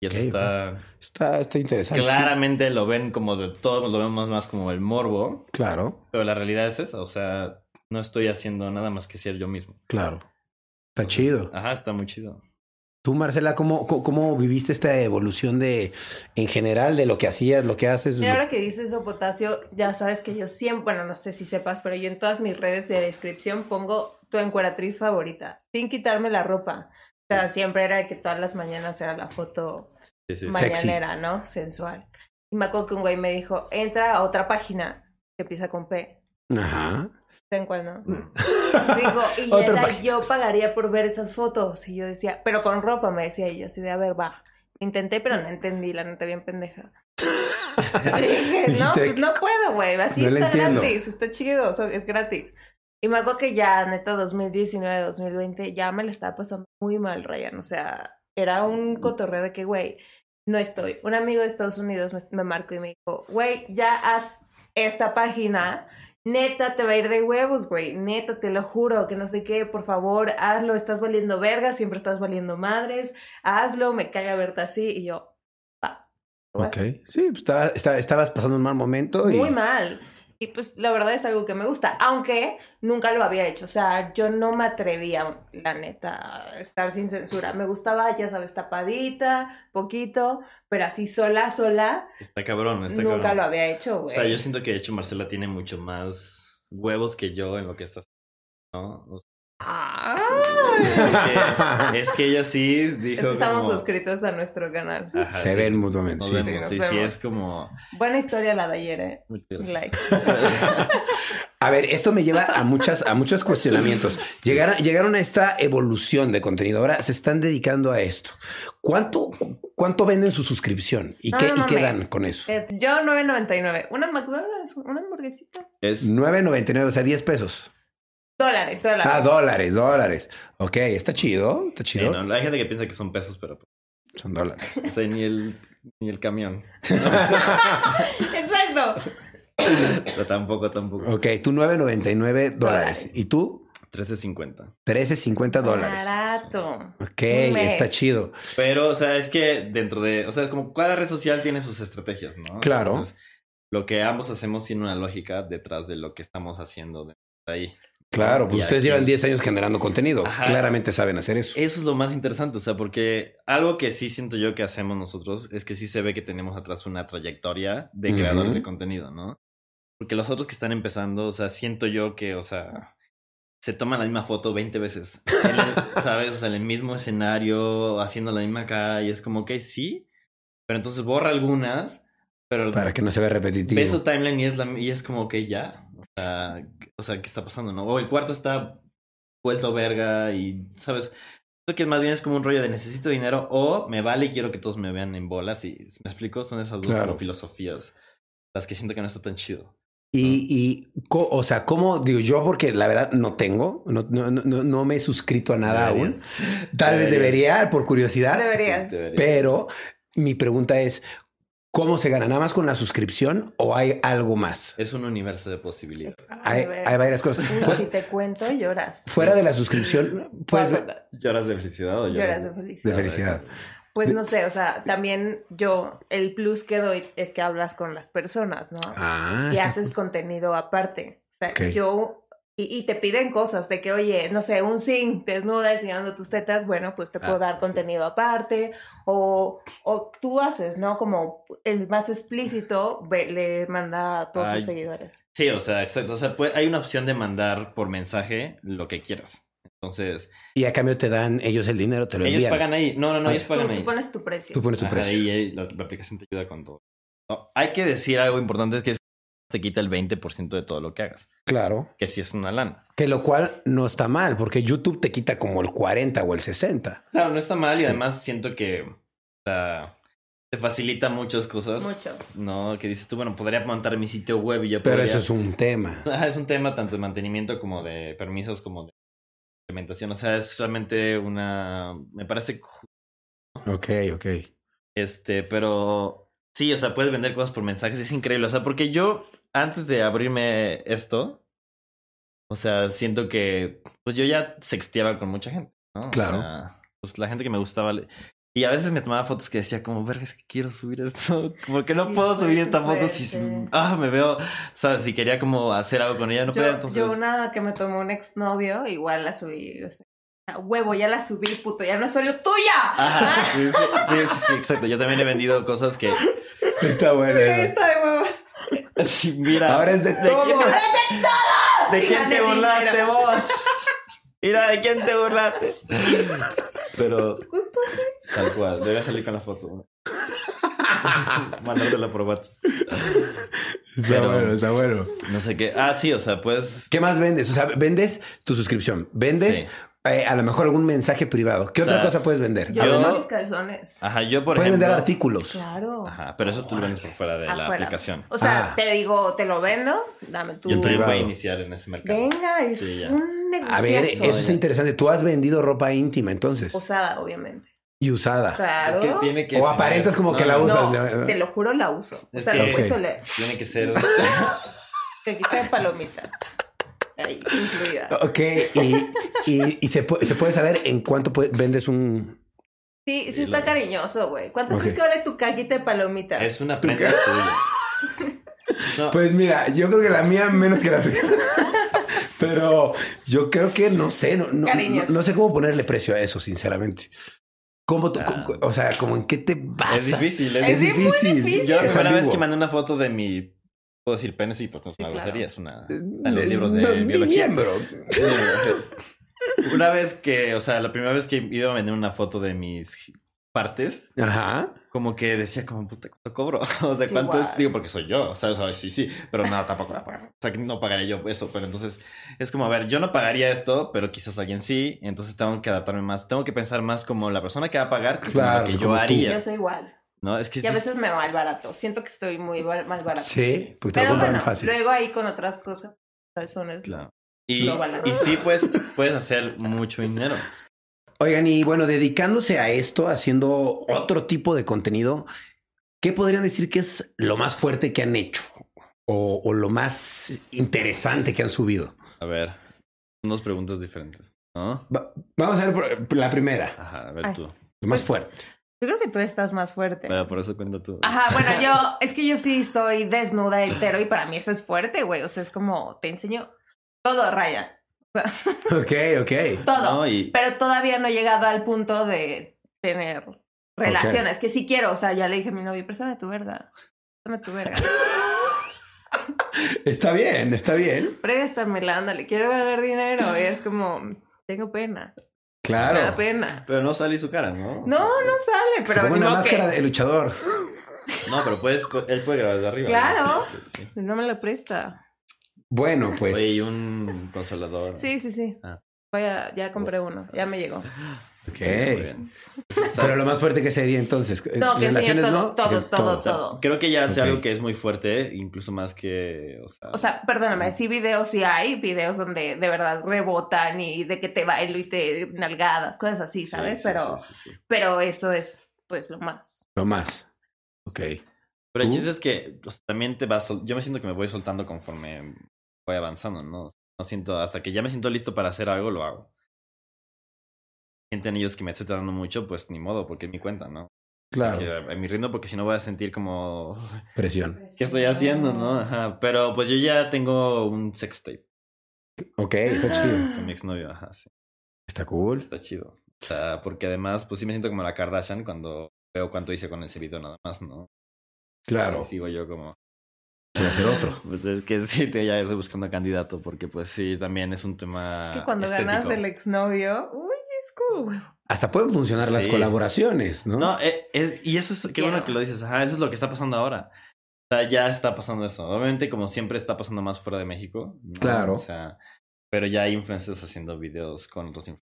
S2: Y eso
S1: Ok,
S2: está...
S1: Está, está interesante. sí.
S2: Claramente lo ven como de todos, lo vemos más como el morbo,
S1: Claro,
S2: pero la realidad es esa, o sea, no estoy haciendo nada más que ser yo mismo.
S1: claro. Está chido.
S2: Pues, Ajá, está muy chido.
S1: Tú, Marcela, ¿cómo, cómo, cómo viviste esta evolución de, en general, de lo que hacías, lo que haces?
S3: Y
S1: lo-
S3: ahora que dices eso, potasio, ya sabes que yo siempre, bueno, no sé si sepas, pero yo en todas mis redes de descripción pongo tu encueratriz favorita, sin quitarme la ropa. O sea, siempre era de que todas las mañanas era la foto
S2: Sí, sí, sí.
S1: este, Sexy.
S3: mañanera, ¿no? Sensual. Y me acuerdo que un güey me dijo, entra a otra página que empieza con P.
S1: Ajá.
S3: ¿Saben cuál, no?
S2: Mm.
S3: Digo, y
S1: Otra
S3: era,
S1: página.
S3: yo pagaría por ver esas fotos. Y yo decía, pero con ropa, me decía ella, así de, a ver, va. Intenté, pero no entendí, la neta bien pendeja. Y dije, no,
S1: Dijiste,
S3: pues no puedo, güey. Así
S1: no la
S3: está
S1: entiendo.
S3: gratis, está chido, o sea, es gratis. Y me acuerdo que ya, neta, 2019, 2020, ya me la estaba pasando muy mal, Ryan. O sea, era un cotorreo de que, güey, no estoy. Un amigo de Estados Unidos me, me marcó y me dijo, güey, ya haz esta página. Neta, te va a ir de huevos, güey. Neta, te lo juro, que no sé qué, por favor, hazlo. Estás valiendo verga, siempre estás valiendo madres. Hazlo, me caga verte así. Y yo, pa. lo voy a
S1: Ok. Sí, pues, estaba- estaba- estabas pasando un mal momento. Y...
S3: muy mal. Y pues la verdad es algo que me gusta, aunque nunca lo había hecho. O sea, yo no me atrevía, la neta, a estar sin censura. Me gustaba, ya sabes, tapadita, poquito, pero así sola, sola,
S2: Está cabrón, está
S3: nunca
S2: cabrón.
S3: lo había hecho,
S2: o
S3: güey.
S2: sea, yo siento que de hecho Marcela tiene mucho más huevos que yo en lo que estás, ¿no? O sea,
S3: Ay.
S2: que- es que ella sí dijo
S3: Es que estamos
S2: como- Ah.
S3: suscritos a nuestro canal.
S2: Ajá,
S1: Se
S2: sí,
S1: ven mutuamente.
S2: nos
S1: sí.
S2: vemos,
S3: Sí, nos
S2: sí, sí,
S3: vemos.
S2: es como...
S3: Buena historia la de ayer, ¿eh? Like.
S1: A ver, esto me lleva a muchas, a muchos cuestionamientos. Llegar a- llegaron a esta evolución de contenido. Ahora se están dedicando a esto. ¿Cuánto, cu- cuánto venden su suscripción? ¿Y,
S3: No
S1: qué, y qué
S3: mames.
S1: dan con eso?
S3: Eh, Yo 9.99. Una McDonald's, una hamburguesita.
S1: Mm,
S2: Es eh,
S1: 9.99, o sea, 10 pesos.
S3: Dólares, dólares.
S1: Ah, dólares, dólares. Ok, está chido, está
S2: sí,
S1: chido.
S2: no, hay gente que piensa que son pesos, pero pues,
S1: Son dólares.
S2: o sea, ni el ni el camión.
S3: Exacto.
S2: O sea, tampoco, tampoco.
S1: Ok, tú 9.99 dólares.
S3: Dólares.
S1: ¿Y tú?
S2: 13.50.
S1: 13.50 dólares.
S3: Barato.
S1: Ok,
S3: Un mes.
S1: está chido.
S2: Pero, o sea, es que dentro de. O sea, como cada red social tiene sus estrategias, ¿no?
S1: Claro.
S2: lo que ambos hacemos tiene una lógica detrás de lo que estamos haciendo de ahí.
S1: Claro, pues
S2: Y
S1: ustedes
S2: aquí-
S1: llevan 10 años generando contenido.
S2: Ajá. Eh,
S1: Claramente saben hacer eso.
S2: Eso es lo más interesante, o sea, porque algo que sí siento yo que hacemos nosotros es que sí se ve que tenemos atrás una trayectoria de
S1: Ujú.
S2: creadores de contenido, ¿no? Porque los otros que están empezando, o sea, siento yo que, o sea, se toman la misma foto 20 veces, En el- ¿sabes? O sea, en el mismo escenario, haciendo la misma cara, y es como, ok, sí, pero entonces borra algunas, pero
S1: Para que no se vea repetitivo.
S2: Ves su timeline y es, la- y es como que ya. O sea, ¿qué- o sea, ¿qué está pasando? No? O el cuarto está vuelto verga y, ¿sabes? Creo que más bien es como un rollo de necesito dinero o me vale y quiero que todos me vean en bolas. Y, ¿Me explico? Son esas dos
S1: Claro.
S2: como filosofías. Las que siento que no está tan chido.
S1: Y, y co- o sea, ¿cómo digo yo? Porque la verdad no tengo, no, no, no, no me he suscrito a nada aún.
S2: Deberías.
S1: Tal vez
S2: Deberías.
S1: debería, por curiosidad,
S3: Deberías.
S2: Ah, Sí, deberías.
S1: pero mi pregunta es, ¿cómo se gana? ¿Nada más con la suscripción o hay algo más?
S2: Es un universo de posibilidades.
S1: Hay, hay varias cosas.
S3: Uy, pues, si te cuento, lloras.
S1: Fuera de la suscripción, pues
S3: Lloras
S2: ¿Lloras de felicidad o
S3: de
S1: de
S3: felicidad.
S1: felicidad.
S3: Pues no sé, o sea, también yo, el plus que doy es que hablas con las personas, ¿no?
S1: Ah,
S3: y
S1: está-
S3: haces contenido aparte. O sea,
S1: Ok.
S3: yo. Y, y te piden cosas de que, oye, no sé, un zinc desnuda enseñando tus tetas, bueno, pues te puedo
S2: Ah,
S3: dar
S2: sí.
S3: contenido aparte. O, o tú haces, ¿no? Como el más explícito ve- le manda a todos
S2: Ay.
S3: sus seguidores.
S2: Sí, o sea, exacto. O sea, pues, hay una opción de mandar por mensaje lo que quieras. Entonces,
S1: Y a cambio te dan ellos el dinero, te lo
S2: ellos
S1: envían.
S2: pagan ahí. No, no, no,
S1: Ah,
S2: ellos
S3: Tú,
S2: pagan ahí.
S3: tú pones tu precio.
S1: Tú pones tu
S2: Ajá,
S1: precio.
S2: y ahí la, la aplicación te ayuda con todo. No, hay que decir algo importante que es que te quita el 20% de todo lo que hagas,
S1: Claro.
S2: que sí es una lana.
S1: Que lo cual no está mal, porque YouTube te quita como el 40 o el 60.
S2: Claro, no está mal
S1: Sí.
S2: y además siento que o sea, te facilita muchas cosas.
S3: Mucho.
S2: No, que dices tú, bueno, podría montar mi sitio web y yo
S1: Pero
S2: podría-
S1: eso es un tema.
S2: Ajá, es un tema tanto de mantenimiento como de permisos como de implementación. O sea, es realmente una me parece
S1: Ok, ok.
S2: Este, pero Sí, o sea, puedes vender cosas por mensajes, es increíble. O sea, porque yo, antes de abrirme esto, o sea, siento que, pues yo ya sexteaba con mucha gente, ¿no? O
S1: Claro.
S2: sea, pues la gente que me gustaba. le- Y a veces me tomaba fotos que decía, como, verga, es que quiero subir esto. Porque no
S3: Sí,
S2: puedo
S3: fue
S2: subir esta foto si
S3: fuerte.
S2: ah, me veo, o sea, si quería como hacer algo con ella, no
S3: yo,
S2: podía. Entonces,
S3: yo una que me tomó un exnovio, igual la subí. O sea, a huevo, ya la subí, puto, ya no soy tuya.
S2: Ajá, sí, sí, sí, sí, sí, exacto. Yo también he vendido cosas que.
S1: Está bueno.
S3: Está de huevos.
S2: Sí, mira.
S1: Ahora es de todos.
S2: quién- ¿De
S3: Sí,
S2: quién
S3: gané
S2: te burlaste
S3: dinero.
S2: vos? Mira, ¿de quién te burlaste? Pero
S3: Justo así.
S2: tal cual, debe salir con la foto. Mandártela por WhatsApp.
S1: Está
S2: Pero-
S1: bueno, está bueno.
S2: No sé qué. Ah, sí, o sea, pues.
S1: ¿Qué más vendes? O sea, vendes tu suscripción, vendes
S2: Sí.
S1: eh, a lo mejor algún mensaje privado. ¿Qué
S2: O
S1: otra
S2: sea,
S1: cosa puedes vender?
S3: Yo,
S2: Yo-
S3: vendo mis calzones.
S2: Ajá, yo por
S1: Puedes
S2: ejemplo.
S1: vender artículos.
S3: Claro.
S2: Ah. Ajá, pero eso tú lo vendes por fuera de la
S3: Afuera.
S2: aplicación.
S3: O sea,
S1: Ah.
S3: te digo, te lo vendo, dame tu.
S2: Yo también
S1: privado.
S2: voy a iniciar en ese mercado.
S3: Venga, es
S2: Sí, ya.
S3: un negocio.
S1: A ver, eso está
S2: ya.
S1: interesante. Tú has vendido ropa íntima entonces
S3: Posada, obviamente.
S1: y usada.
S3: Claro.
S2: Ah, Es que tiene que
S1: O aparentas como que la
S2: no,
S1: usas.
S3: No,
S1: ¿no?
S3: te lo juro, la uso. O
S2: Es
S3: sea,
S2: que-
S3: lo puedes
S1: Ok.
S3: oler.
S2: Tiene que ser.
S3: Que quita palomita. Ahí, incluida.
S1: Ok, y, y- y se, pu- se puede saber en cuánto puede- vendes un.
S3: Sí, sí
S2: Sí,
S3: está
S2: lo-
S3: cariñoso, güey. ¿Cuánto
S1: Ok.
S3: crees que vale tu cajita de palomita?
S2: Es una prenda tuya. No,
S1: Pues mira, yo creo que la mía menos que la tuya. Pero yo creo que no sé, no, no,
S3: Cariños.
S1: no- no sé cómo ponerle precio a eso, sinceramente. ¿Cómo tú-
S2: Ah.
S1: cómo- o sea, como en qué te basas?
S2: es difícil, es
S3: Es
S2: difícil.
S3: difícil. difícil.
S2: Yo la
S1: Es
S2: primera vez
S1: ambiguo.
S2: que mandé una foto de mi. Puedo decir pene, sí, pues no es una
S3: claro.
S2: grosería, es una. Están los libros de
S1: Eh, No, ni
S2: biología.
S1: miembro.
S2: una vez que, o sea, la primera vez que iba a vender una foto de mis partes,
S1: Ajá.
S2: como que decía, como puta, ¿cuánto cobro? O sea,
S3: Qué
S2: ¿cuánto es?
S3: guay.
S2: Digo, porque soy yo, ¿sabes? Ay, sí, sí, pero nada, tampoco voy a pagar. O sea, que no pagaré yo eso, pero entonces es como, a ver, yo no pagaría esto, pero quizás alguien sí, entonces tengo que adaptarme más, tengo que pensar más como la persona que va a pagar que como la
S1: Claro,
S2: que yo
S1: como tú.
S2: haría,
S3: Yo soy igual.
S2: ¿no? Es que
S3: Y a
S2: sí-
S3: veces me va el barato. Siento que estoy muy val- mal barato.
S1: Sí, porque te lo
S3: Pero
S1: compran
S3: bueno,
S1: fácil.
S3: luego ahí con otras cosas. Calzones.
S2: Claro. Y,
S3: Lo valoras.
S2: y sí, pues, puedes hacer mucho dinero.
S1: Oigan, y bueno, dedicándose a esto, haciendo otro tipo de contenido, ¿qué podrían decir que es lo más fuerte que han hecho? O, o lo más interesante que han subido.
S2: A ver, unas preguntas diferentes, ¿no?
S1: Va- vamos a ver por- por la primera,
S2: Ajá, a ver
S3: Ay.
S2: tú.
S1: lo más
S3: Pues-
S1: fuerte.
S3: Yo creo que tú estás más fuerte.
S2: Pero por eso cuenta tú.
S3: Ajá, bueno, yo, es que yo sí estoy desnuda entero y para mí eso es fuerte, güey. O sea, es como, te enseño todo, Raya,
S1: Ok, ok.
S3: todo.
S2: No, y
S3: Pero todavía no he llegado al punto de tener relaciones, que sí quiero. O sea, ya le dije a mi novio, préstame tu verga. Préstame tu verga.
S1: Está bien, está bien.
S3: Préstamela, ándale, quiero ganar dinero. Y es como, tengo pena. Me da
S1: Claro.
S3: pena.
S2: pero no salí su cara, ¿no? O
S3: No,
S2: sea,
S3: no sale,
S1: Se
S3: Ah, pero
S1: pone una
S3: digo que
S1: máscara de luchador.
S2: No, pero puedes, él puede grabar de arriba.
S3: Claro.
S2: ¿no? Sí, sí, sí.
S3: no me lo presta.
S1: Bueno, pues.
S2: Oye, y un consolador.
S3: Sí, sí, sí.
S2: Ah.
S3: Vaya, ya compré uno, ya me llegó.
S1: Ok.
S2: Muy bien.
S1: Pero lo más fuerte que sería entonces. eh,
S3: No, que enseñe
S1: relaciones,
S3: todo,
S1: ¿no?
S3: todo,
S1: Porque-
S3: todo,
S2: O sea,
S3: todo.
S2: creo que ya hace
S1: Ok.
S2: algo que es muy fuerte, incluso más que. O sea,
S3: O sea,
S2: Ah.
S3: perdóname, sí videos, sí hay videos donde de verdad rebotan y de que te bailo y te nalgadas, cosas así,
S2: sí,
S3: ¿sabes?
S2: sí,
S3: pero,
S2: sí, sí, sí.
S3: pero eso es pues lo más.
S1: Lo más. Ok.
S2: Pero el
S1: ¿Tú?
S2: chiste es que o sea, también te vas. sol- Yo me siento que me voy soltando conforme voy avanzando, ¿no? No siento. Hasta que ya me siento listo para hacer algo, lo hago. Sienten ellos que me estoy tardando mucho, pues ni modo, porque es mi cuenta, ¿no? Que,
S1: Claro.
S2: a mi ritmo, porque si no voy a sentir como.
S1: Presión.
S2: ¿Qué estoy haciendo,
S1: Ah.
S2: no? Ajá. Pero pues yo ya tengo un sextape
S1: Ok, está
S3: Ah.
S1: chido.
S2: con mi exnovio, ajá, sí.
S1: Está cool.
S2: Está chido. O sea, porque además, pues sí me siento como la Kardashian cuando veo cuánto hice con el cerito nada más, ¿no?
S1: Claro.
S2: Sí, sigo yo como.
S1: Quiero hacer otro.
S2: Pues es que sí, te, ya estoy buscando candidato, porque pues sí, también es un tema.
S3: Es que cuando
S2: estético.
S3: ganas del exnovio, uy, es como
S1: Hasta pueden funcionar las
S2: Sí.
S1: colaboraciones, ¿no?
S2: No, eh, es- y eso es. Qué bueno
S3: Quiero.
S2: que lo dices, ajá, eso es lo que está pasando ahora. O sea, ya está pasando eso. Obviamente, como siempre, está pasando más fuera de México. ¿no?
S1: Claro.
S2: O sea, pero ya hay influencers haciendo videos con otros influencers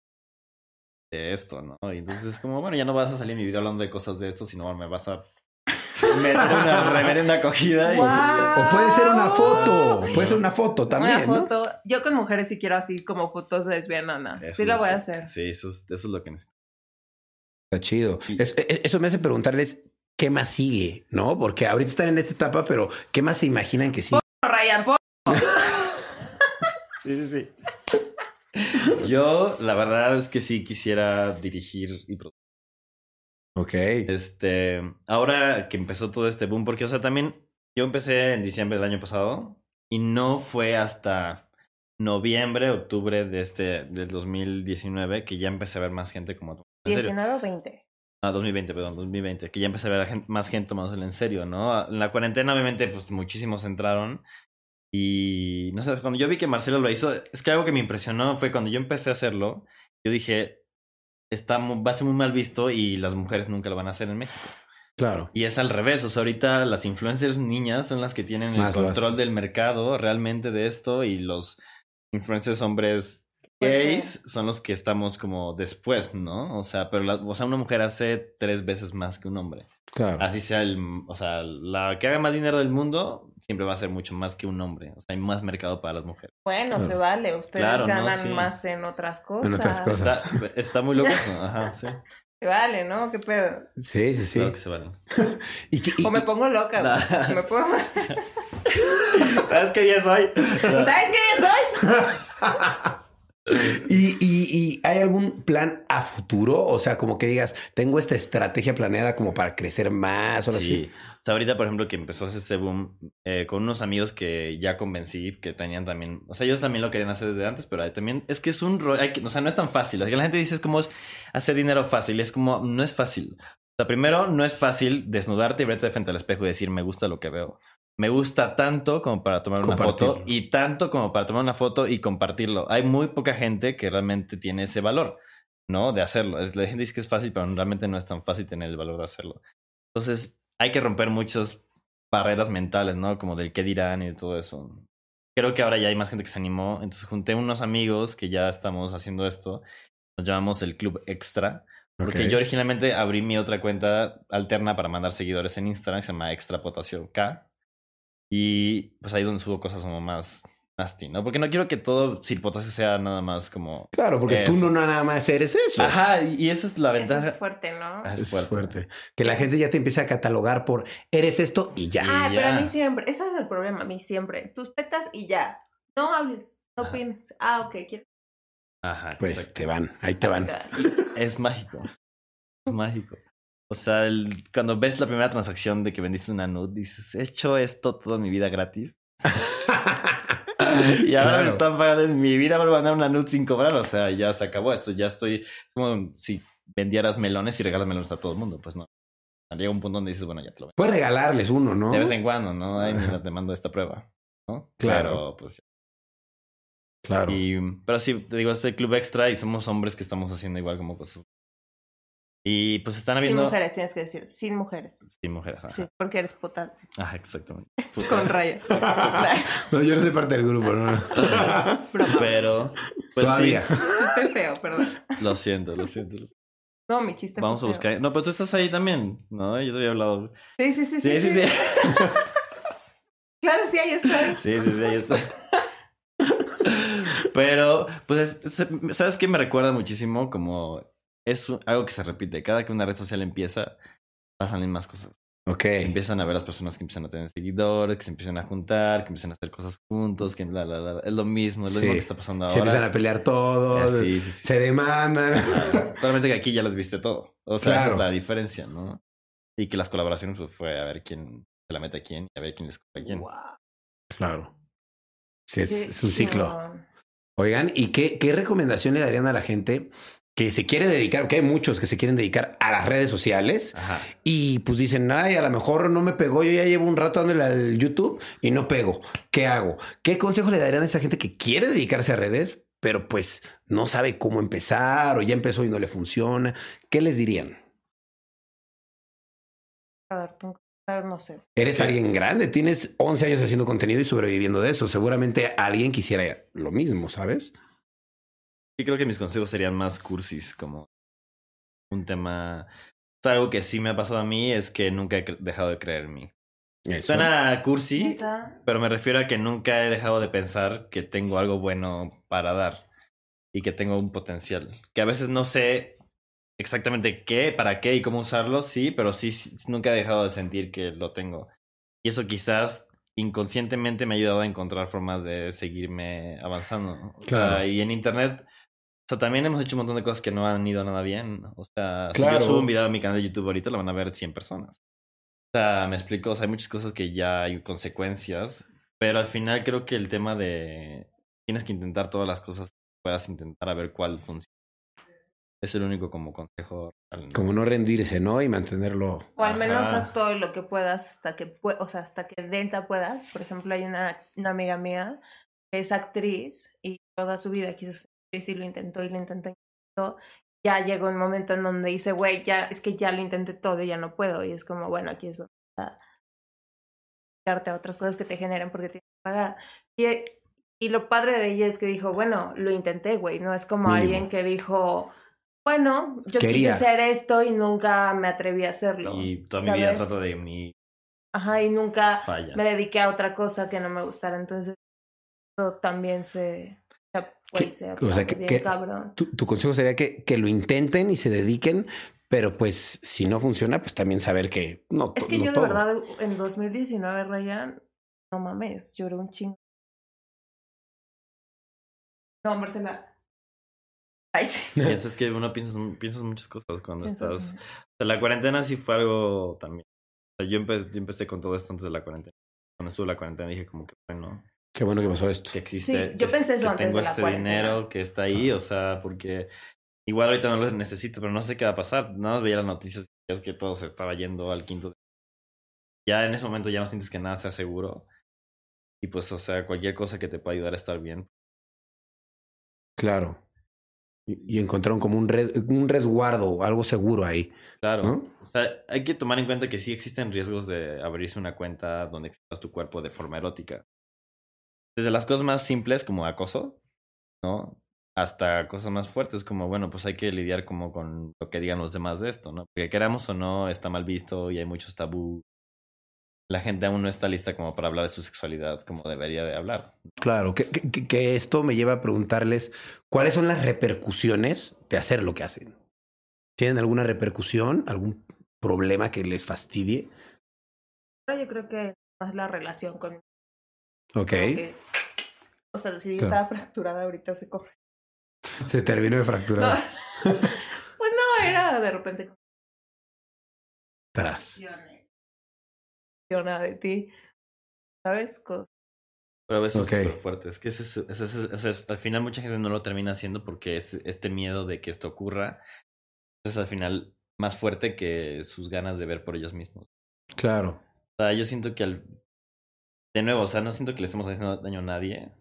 S2: de esto, ¿no? Y entonces es como, bueno, ya no vas a salir en mi video hablando de cosas de esto, sino me vas a meter una reverenda cogida y. pues
S3: Guau.
S1: O puede ser una
S2: Ah,
S1: foto. Puede ser una foto también.
S3: una
S1: ¿no?
S3: foto. Yo con mujeres sí quiero así como fotos lesbianas.
S2: Eso
S3: Sí
S2: es
S3: lo
S2: que-
S3: voy a hacer.
S2: Sí, eso es, eso es lo que necesito.
S1: Está chido. Es- e- eso me e, hace preguntarles ¿qué más sigue? ¿No? Porque ahorita están en esta etapa, pero ¿qué más se imaginan que sigue?
S3: Ryan, por-
S2: Sí, sí, sí. Yo, la verdad es que sí quisiera dirigir y producir.
S1: Ok.
S2: Este, ahora que empezó todo este boom, porque, o sea, también yo empecé en diciembre del año pasado y no fue hasta noviembre, octubre de este, del 2019 que ya empecé a ver más gente como... En serio.
S3: 19 o 20.
S2: Ah, 2020, perdón, 2020, que ya empecé a ver a gen- más gente tomándoselo en serio, ¿no? Ah, En la cuarentena, obviamente, pues muchísimos entraron. Y no sé, cuando yo vi que Marcelo lo hizo, es que algo que me impresionó fue cuando yo empecé a hacerlo, yo dije, está, mu- va a ser muy mal visto y las mujeres nunca lo van a hacer en México.
S1: Claro.
S2: Y es al revés, o sea, ahorita las influencers niñas son las que tienen el
S1: Más lo
S2: control
S1: hacen.
S2: del mercado realmente de esto y los influencers hombres gays son los que estamos como después, ¿no? O sea, pero la- o sea, una mujer hace tres veces más que un hombre.
S1: Claro.
S2: Así sea el, o sea, la que haga más dinero del mundo siempre va a ser mucho más que un hombre. O sea, hay más mercado para las mujeres.
S3: Bueno,
S1: Claro.
S3: se vale. Ustedes
S2: Claro, no,
S3: ganan
S2: sí.
S3: más en otras cosas.
S1: En otras cosas.
S2: Está, está muy loco. eso. Ajá, sí.
S3: Se vale, ¿no? ¿Qué pedo?
S1: Sí, sí, sí.
S2: Claro que se valen.
S1: Y que- y-
S3: O me pongo loca, güey.
S2: Nah.
S3: Me pongo...
S2: ¿Sabes qué día soy?
S3: ¿Sabes qué soy?
S1: ¿Y, y, y hay algún plan a futuro? O sea, como que digas, tengo esta estrategia planeada como para crecer más o algo así.
S2: Sí. O sea, ahorita, por ejemplo, que empezó este boom eh, con unos amigos que ya convencí, que tenían también. O sea, ellos también lo querían hacer desde antes, pero ahí también. Es que es un rollo. O sea, no es tan fácil. O sea, que la gente dice es como es hacer dinero fácil. Es como, no es fácil. O sea, primero, no es fácil desnudarte y verte de frente al espejo y decir, me gusta lo que veo. Me gusta tanto como para tomar una foto
S1: Compartirlo.
S2: y tanto como para tomar una foto y compartirlo. Hay muy poca gente que realmente tiene ese valor, ¿no? De hacerlo. Es- La gente dice que es fácil, pero realmente no es tan fácil tener el valor de hacerlo. Entonces, hay que romper muchas barreras mentales, ¿no? Como del qué dirán y de todo eso. Creo que ahora ya hay más gente que se animó. Entonces, junté unos amigos que ya estamos haciendo esto. Nos llamamos el Club Extra. Porque
S1: Ok.
S2: yo originalmente abrí mi otra cuenta alterna para mandar seguidores en Instagram, que se llama Extra Potasio K. Y pues ahí es donde subo cosas como más nasty, ¿no? Porque no quiero que todo Sir Potasio sea nada más como.
S1: Claro, porque tú
S2: Eso.
S1: no nada más eres eso.
S2: Ajá, y y esa es la
S3: Eso
S2: ventaja.
S3: es fuerte, ¿no?
S2: Ah,
S1: Eso Es fuerte. Que la gente ya te empieza a catalogar por eres esto y ya.
S3: Ah, pero a
S2: ya.
S3: mí siempre. Ese es el problema, a mí siempre. Tus tetas y ya. No hables, no
S2: Ajá.
S3: opines. Ah, ok. quiero-
S2: Ajá,
S1: Pues te van, ahí te van.
S2: Es mágico. Es mágico. O sea, el- cuando ves la primera transacción de que vendiste una nude, dices, he hecho esto toda mi vida gratis. Y ahora me
S1: Claro.
S2: están pagando en mi vida por mandar una nude sin cobrar. O sea, ya se acabó esto. Ya estoy como si vendieras melones y regalas melones a todo el mundo. Pues no. Llega un punto donde dices, bueno, ya te lo vendo.
S1: Puedes regalarles uno, ¿no?
S2: De vez en cuando, ¿no? Ay, mira, te mando esta prueba. ¿no?
S1: Claro.
S2: Pero, pues
S1: Claro.
S2: y- pero sí, te digo, este club extra y somos hombres que estamos haciendo igual como cosas. Y pues están
S3: Sin
S2: habiendo.
S3: mujeres, tienes que decir. Sin mujeres.
S2: Sí, mujeres. Ajá,
S3: Sí, porque eres potasio.
S2: Ajá, exactamente.
S3: Con rayas.
S1: No, yo no soy parte del grupo, no. no.
S2: Pero. Pues
S1: Todavía.
S3: Chiste feo, perdón.
S2: sí, lo siento, lo siento. lo siento.
S3: No, mi chiste fue
S2: Vamos a
S3: feo.
S2: buscar. No, pero tú estás ahí también, ¿no? Yo te había hablado.
S3: Sí sí sí, sí,
S2: Sí, sí, sí.
S3: Claro, sí, ahí estoy.
S2: Sí, sí, sí, ahí está. Pero, pues, es- se- ¿sabes qué me recuerda muchísimo? Como es un- algo que se repite. Cada que una red social empieza, pasan las mismas cosas.
S1: Ok.
S2: Empiezan a ver las personas que empiezan a tener seguidores, que se empiezan a juntar, que empiezan a hacer cosas juntos, que bla, bla, bla. Es lo mismo, es lo
S1: Sí.
S2: mismo que está pasando ahora.
S1: Se empiezan a pelear todos,
S2: Eh, sí, sí, sí.
S1: se demandan.
S2: Solamente que aquí ya las viste todo. O sea, esa
S1: Claro.
S2: es la diferencia, ¿no? Y que las colaboraciones pues, fue a ver quién se la mete a quién, a ver quién les coge a quién.
S1: Claro. Sí, es,
S3: Sí,
S1: es un ciclo.
S3: no.
S1: Oigan, ¿y qué, qué recomendación le darían a la gente que se quiere dedicar? Porque hay muchos que se quieren dedicar a las redes sociales
S2: Ajá.
S1: y pues dicen, ay, a lo mejor no me pegó, yo ya llevo un rato dándole al YouTube y no pego. ¿Qué hago? ¿Qué consejo le darían a esa gente que quiere dedicarse a redes, pero pues no sabe cómo empezar o ya empezó y no le funciona? ¿Qué les dirían?
S3: A ver, tú- a ver, no sé.
S1: Eres alguien grande, tienes 11 años haciendo contenido y sobreviviendo de eso. Seguramente alguien quisiera lo mismo, ¿sabes?
S2: Yo creo que mis consejos serían más cursis, como un tema. O sea, algo que sí me ha pasado a mí es que nunca he cre- dejado de creer en mí.
S1: Eso.
S2: Suena cursi,
S3: Neta.
S2: pero me refiero a que nunca he dejado de pensar que tengo algo bueno para dar y que tengo un potencial. Que a veces no sé exactamente qué, para qué y cómo usarlo, sí, pero sí, sí, nunca he dejado de sentir que lo tengo. Y eso quizás inconscientemente me ha ayudado a encontrar formas de seguirme avanzando. ¿no? O sea,
S1: Claro.
S2: y en internet, o sea, también hemos hecho un montón de cosas que no han ido nada bien. O sea,
S1: Claro.
S2: si yo subo un video a mi canal de YouTube ahorita, lo van a ver 100 personas. O sea, me explico, o sea, hay muchas cosas que ya hay consecuencias, pero al final creo que el tema de tienes que intentar todas las cosas que puedas intentar a ver cuál funciona. Es el único como consejo. real, ¿no?
S1: Como no rendirse, ¿no? Y mantenerlo.
S3: O al menos
S2: Ajá.
S3: haz todo lo que puedas hasta que, pue- o sea, hasta que denta puedas. Por ejemplo, hay una, una amiga mía que es actriz y toda su vida quiso ser actriz y lo intentó y lo intentó y lo intentó. Ya llegó un momento en donde dice, güey, ya, es que ya lo intenté todo y ya no puedo. Y es como, bueno, aquí es donde está. Dedicarte a otras cosas que te generen porque tienes que pagar. Y, y lo padre de ella es que dijo, bueno, lo intenté, güey. No es como
S1: Mínimo.
S3: alguien que dijo, bueno, yo
S1: Quería.
S3: quise hacer esto y nunca me atreví a hacerlo.
S2: Y toda mi vida
S3: ¿sabes?
S2: trato de mi
S3: Ajá, y nunca
S2: falla.
S3: me dediqué a otra cosa que no me gustara. Entonces, eso también se. O sea, güey,
S1: Que-
S3: se
S1: o sea, que-
S3: bien
S1: que-
S3: cabrón.
S1: Tu, tu consejo sería que, que lo intenten y se dediquen, pero pues si no funciona, pues también saber que no.
S3: Es
S1: to-
S3: que
S1: no
S3: yo de
S1: todo.
S3: verdad en 2019, Ryan, no mames, lloré un chingo. No, Marcela. Ay, sí.
S2: Y eso es que uno piensa, piensas muchas cosas cuando
S3: Pienso-
S2: estás. O sea, la cuarentena sí fue algo también. O sea, yo, empe- yo empecé con todo esto antes de la cuarentena. Cuando estuve la cuarentena dije como que bueno,
S1: Qué bueno que pasó esto.
S2: que existe.
S3: Sí, yo
S2: que-
S3: pensé eso
S2: que
S3: antes
S2: tengo
S3: de la
S2: este
S3: cuarentena.
S2: dinero que está ahí, o sea, porque igual ahorita no lo necesito, pero no sé qué va a pasar. Nada más veía las noticias y es que todo se estaba yendo al quinto. Ya en ese momento ya no sientes que nada sea seguro. Y pues, o sea, cualquier cosa que te pueda ayudar a estar bien.
S1: Claro. Y, y encontraron como un, res- un resguardo, algo seguro ahí,
S2: Claro.
S1: ¿no?
S2: O sea, hay que tomar en cuenta que sí existen riesgos de abrirse una cuenta donde expongas tu cuerpo de forma erótica. Desde las cosas más simples como acoso, ¿no? Hasta cosas más fuertes como, bueno, pues hay que lidiar como con lo que digan los demás de esto, ¿no? Porque queramos o no, está mal visto y hay muchos tabú. La gente aún no está lista como para hablar de su sexualidad como debería de hablar.
S1: Claro, que, que- que esto me lleva a preguntarles cuáles son las repercusiones de hacer lo que hacen. ¿Tienen alguna repercusión, algún problema que les fastidie?
S3: Pero yo creo que más la relación con.
S1: Ok,
S3: porque- o sea, si yo
S1: Claro.
S3: estaba fracturada ahorita se coge.
S1: se terminó de
S3: No.
S1: fracturar.
S3: pues no, era de repente.
S1: Tras.
S3: funciona de ti. ¿Sabes? Co-
S2: Pero a veces
S1: Ok.
S2: es súper fuerte. Es que ese es- ese es- ese es- al final mucha gente no lo termina haciendo porque es este miedo de que esto ocurra es al final más fuerte que sus ganas de ver por ellos mismos.
S1: Claro.
S2: O sea, yo siento que al... De nuevo, o sea, no siento que le estemos haciendo daño a nadie.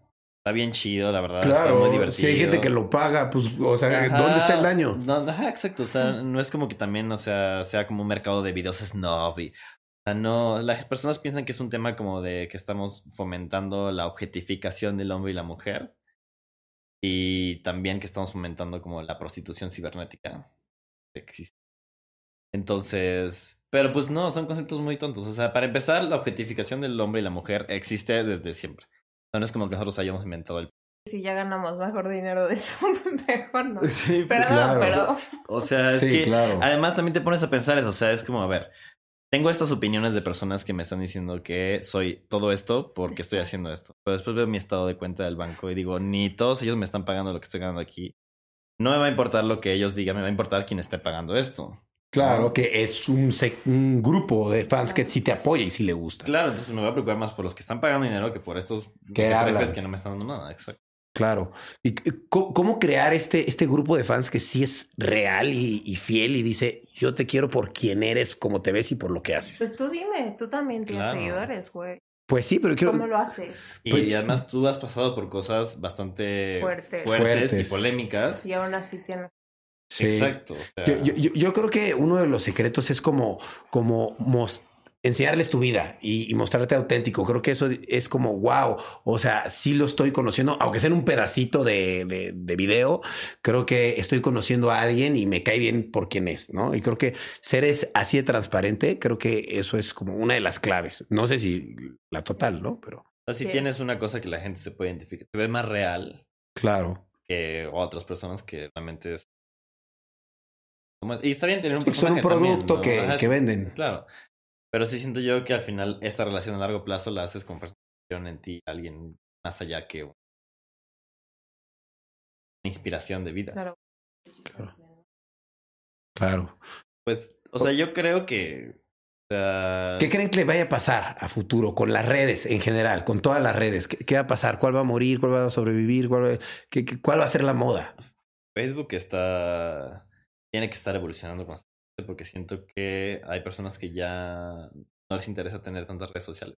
S2: Está bien chido, la verdad. Ah, está muy
S1: Claro,
S2: divertido.
S1: si hay gente que lo paga, pues, o sea,
S2: Ajá.
S1: ¿dónde está el daño?
S2: No, ajá, exacto. O sea, no es como que también, o sea, sea como un mercado de videos snob. y- o sea, no, las personas piensan que es un tema como de que estamos fomentando la objetificación del hombre y la mujer. Y también que estamos fomentando como la prostitución cibernética que existe. Entonces, pero pues no, son conceptos muy tontos. O sea, para empezar, la objetificación del hombre y la mujer existe desde siempre. O sea, no es como que nosotros hayamos inventado el...
S3: Si ya ganamos mejor dinero de eso, mejor no.
S1: Sí, pues,
S2: pues,
S3: Perdón,
S1: claro.
S3: pero
S2: O sea, es
S1: sí,
S2: que...
S1: claro.
S2: Además, también te pones a pensar eso. O sea, es como, a ver, tengo estas opiniones de personas que me están diciendo que soy todo esto porque estoy haciendo esto. Pero después veo mi estado de cuenta del banco y digo, ni todos ellos me están pagando lo que estoy ganando aquí. No me va a importar lo que ellos digan, me va a importar quién esté pagando esto.
S1: Claro que es un, sec- un grupo de fans que sí te apoya y sí le gusta. Claro.
S2: Claro, entonces me voy a preocupar más por los que están pagando dinero que por estos
S1: Que
S2: jefes
S1: hablan.
S2: que no me están dando nada. Exacto.
S1: ¿Y c- cómo, cómo crear este, este grupo de fans que sí es real y, y fiel y dice, yo te quiero por quien eres, como te ves y por lo que haces?
S3: pues tú dime, tú también tienes
S2: Claro.
S3: seguidores, güey.
S1: Pues sí, pero quiero...
S3: ¿Cómo lo haces?
S2: Y,
S1: Pues-
S2: y además tú has pasado por cosas bastante
S3: Fuertes.
S2: fuertes,
S1: Fuertes.
S2: y polémicas.
S3: Si aún así tienes.
S1: Sí.
S2: Exacto. o sea,
S1: Yo, yo- yo- yo creo que uno de los secretos es como, como mos- enseñarles tu vida y, y mostrarte auténtico. Creo que eso es como, wow, o sea, sí lo estoy conociendo, aunque sea en un pedacito de, de- de video, creo que estoy conociendo a alguien y me cae bien por quien es, ¿no? Y creo que ser es así de transparente, creo que eso es como una de las claves. No sé si la total, ¿no? Pero
S2: o sea, si
S3: Sí.
S2: tienes una cosa que la gente se puede identificar, se ve más real,
S1: claro.
S2: que o a otras personas que realmente es Como- Y está bien tener un
S1: Que son un
S2: personaje también,
S1: producto
S2: ¿no?
S1: que-
S2: Ajá,
S1: que
S2: es-
S1: venden.
S2: Claro. Pero sí siento yo que al final esta relación a largo plazo la haces con personas que vieron en ti alguien más allá que una inspiración de vida.
S3: Claro.
S1: Claro.
S2: Pues, o sea, yo creo que. o sea,
S1: ¿Qué creen que le vaya a pasar a futuro con las redes en general, con todas las redes? ¿Qué, qué va a pasar? ¿Cuál va a morir? ¿Cuál va a sobrevivir? ¿Cuál va, qué- qué- cuál va a ser la moda?
S2: Facebook está. Tiene que estar evolucionando constantemente porque siento que hay personas que ya no les interesa tener tantas redes sociales.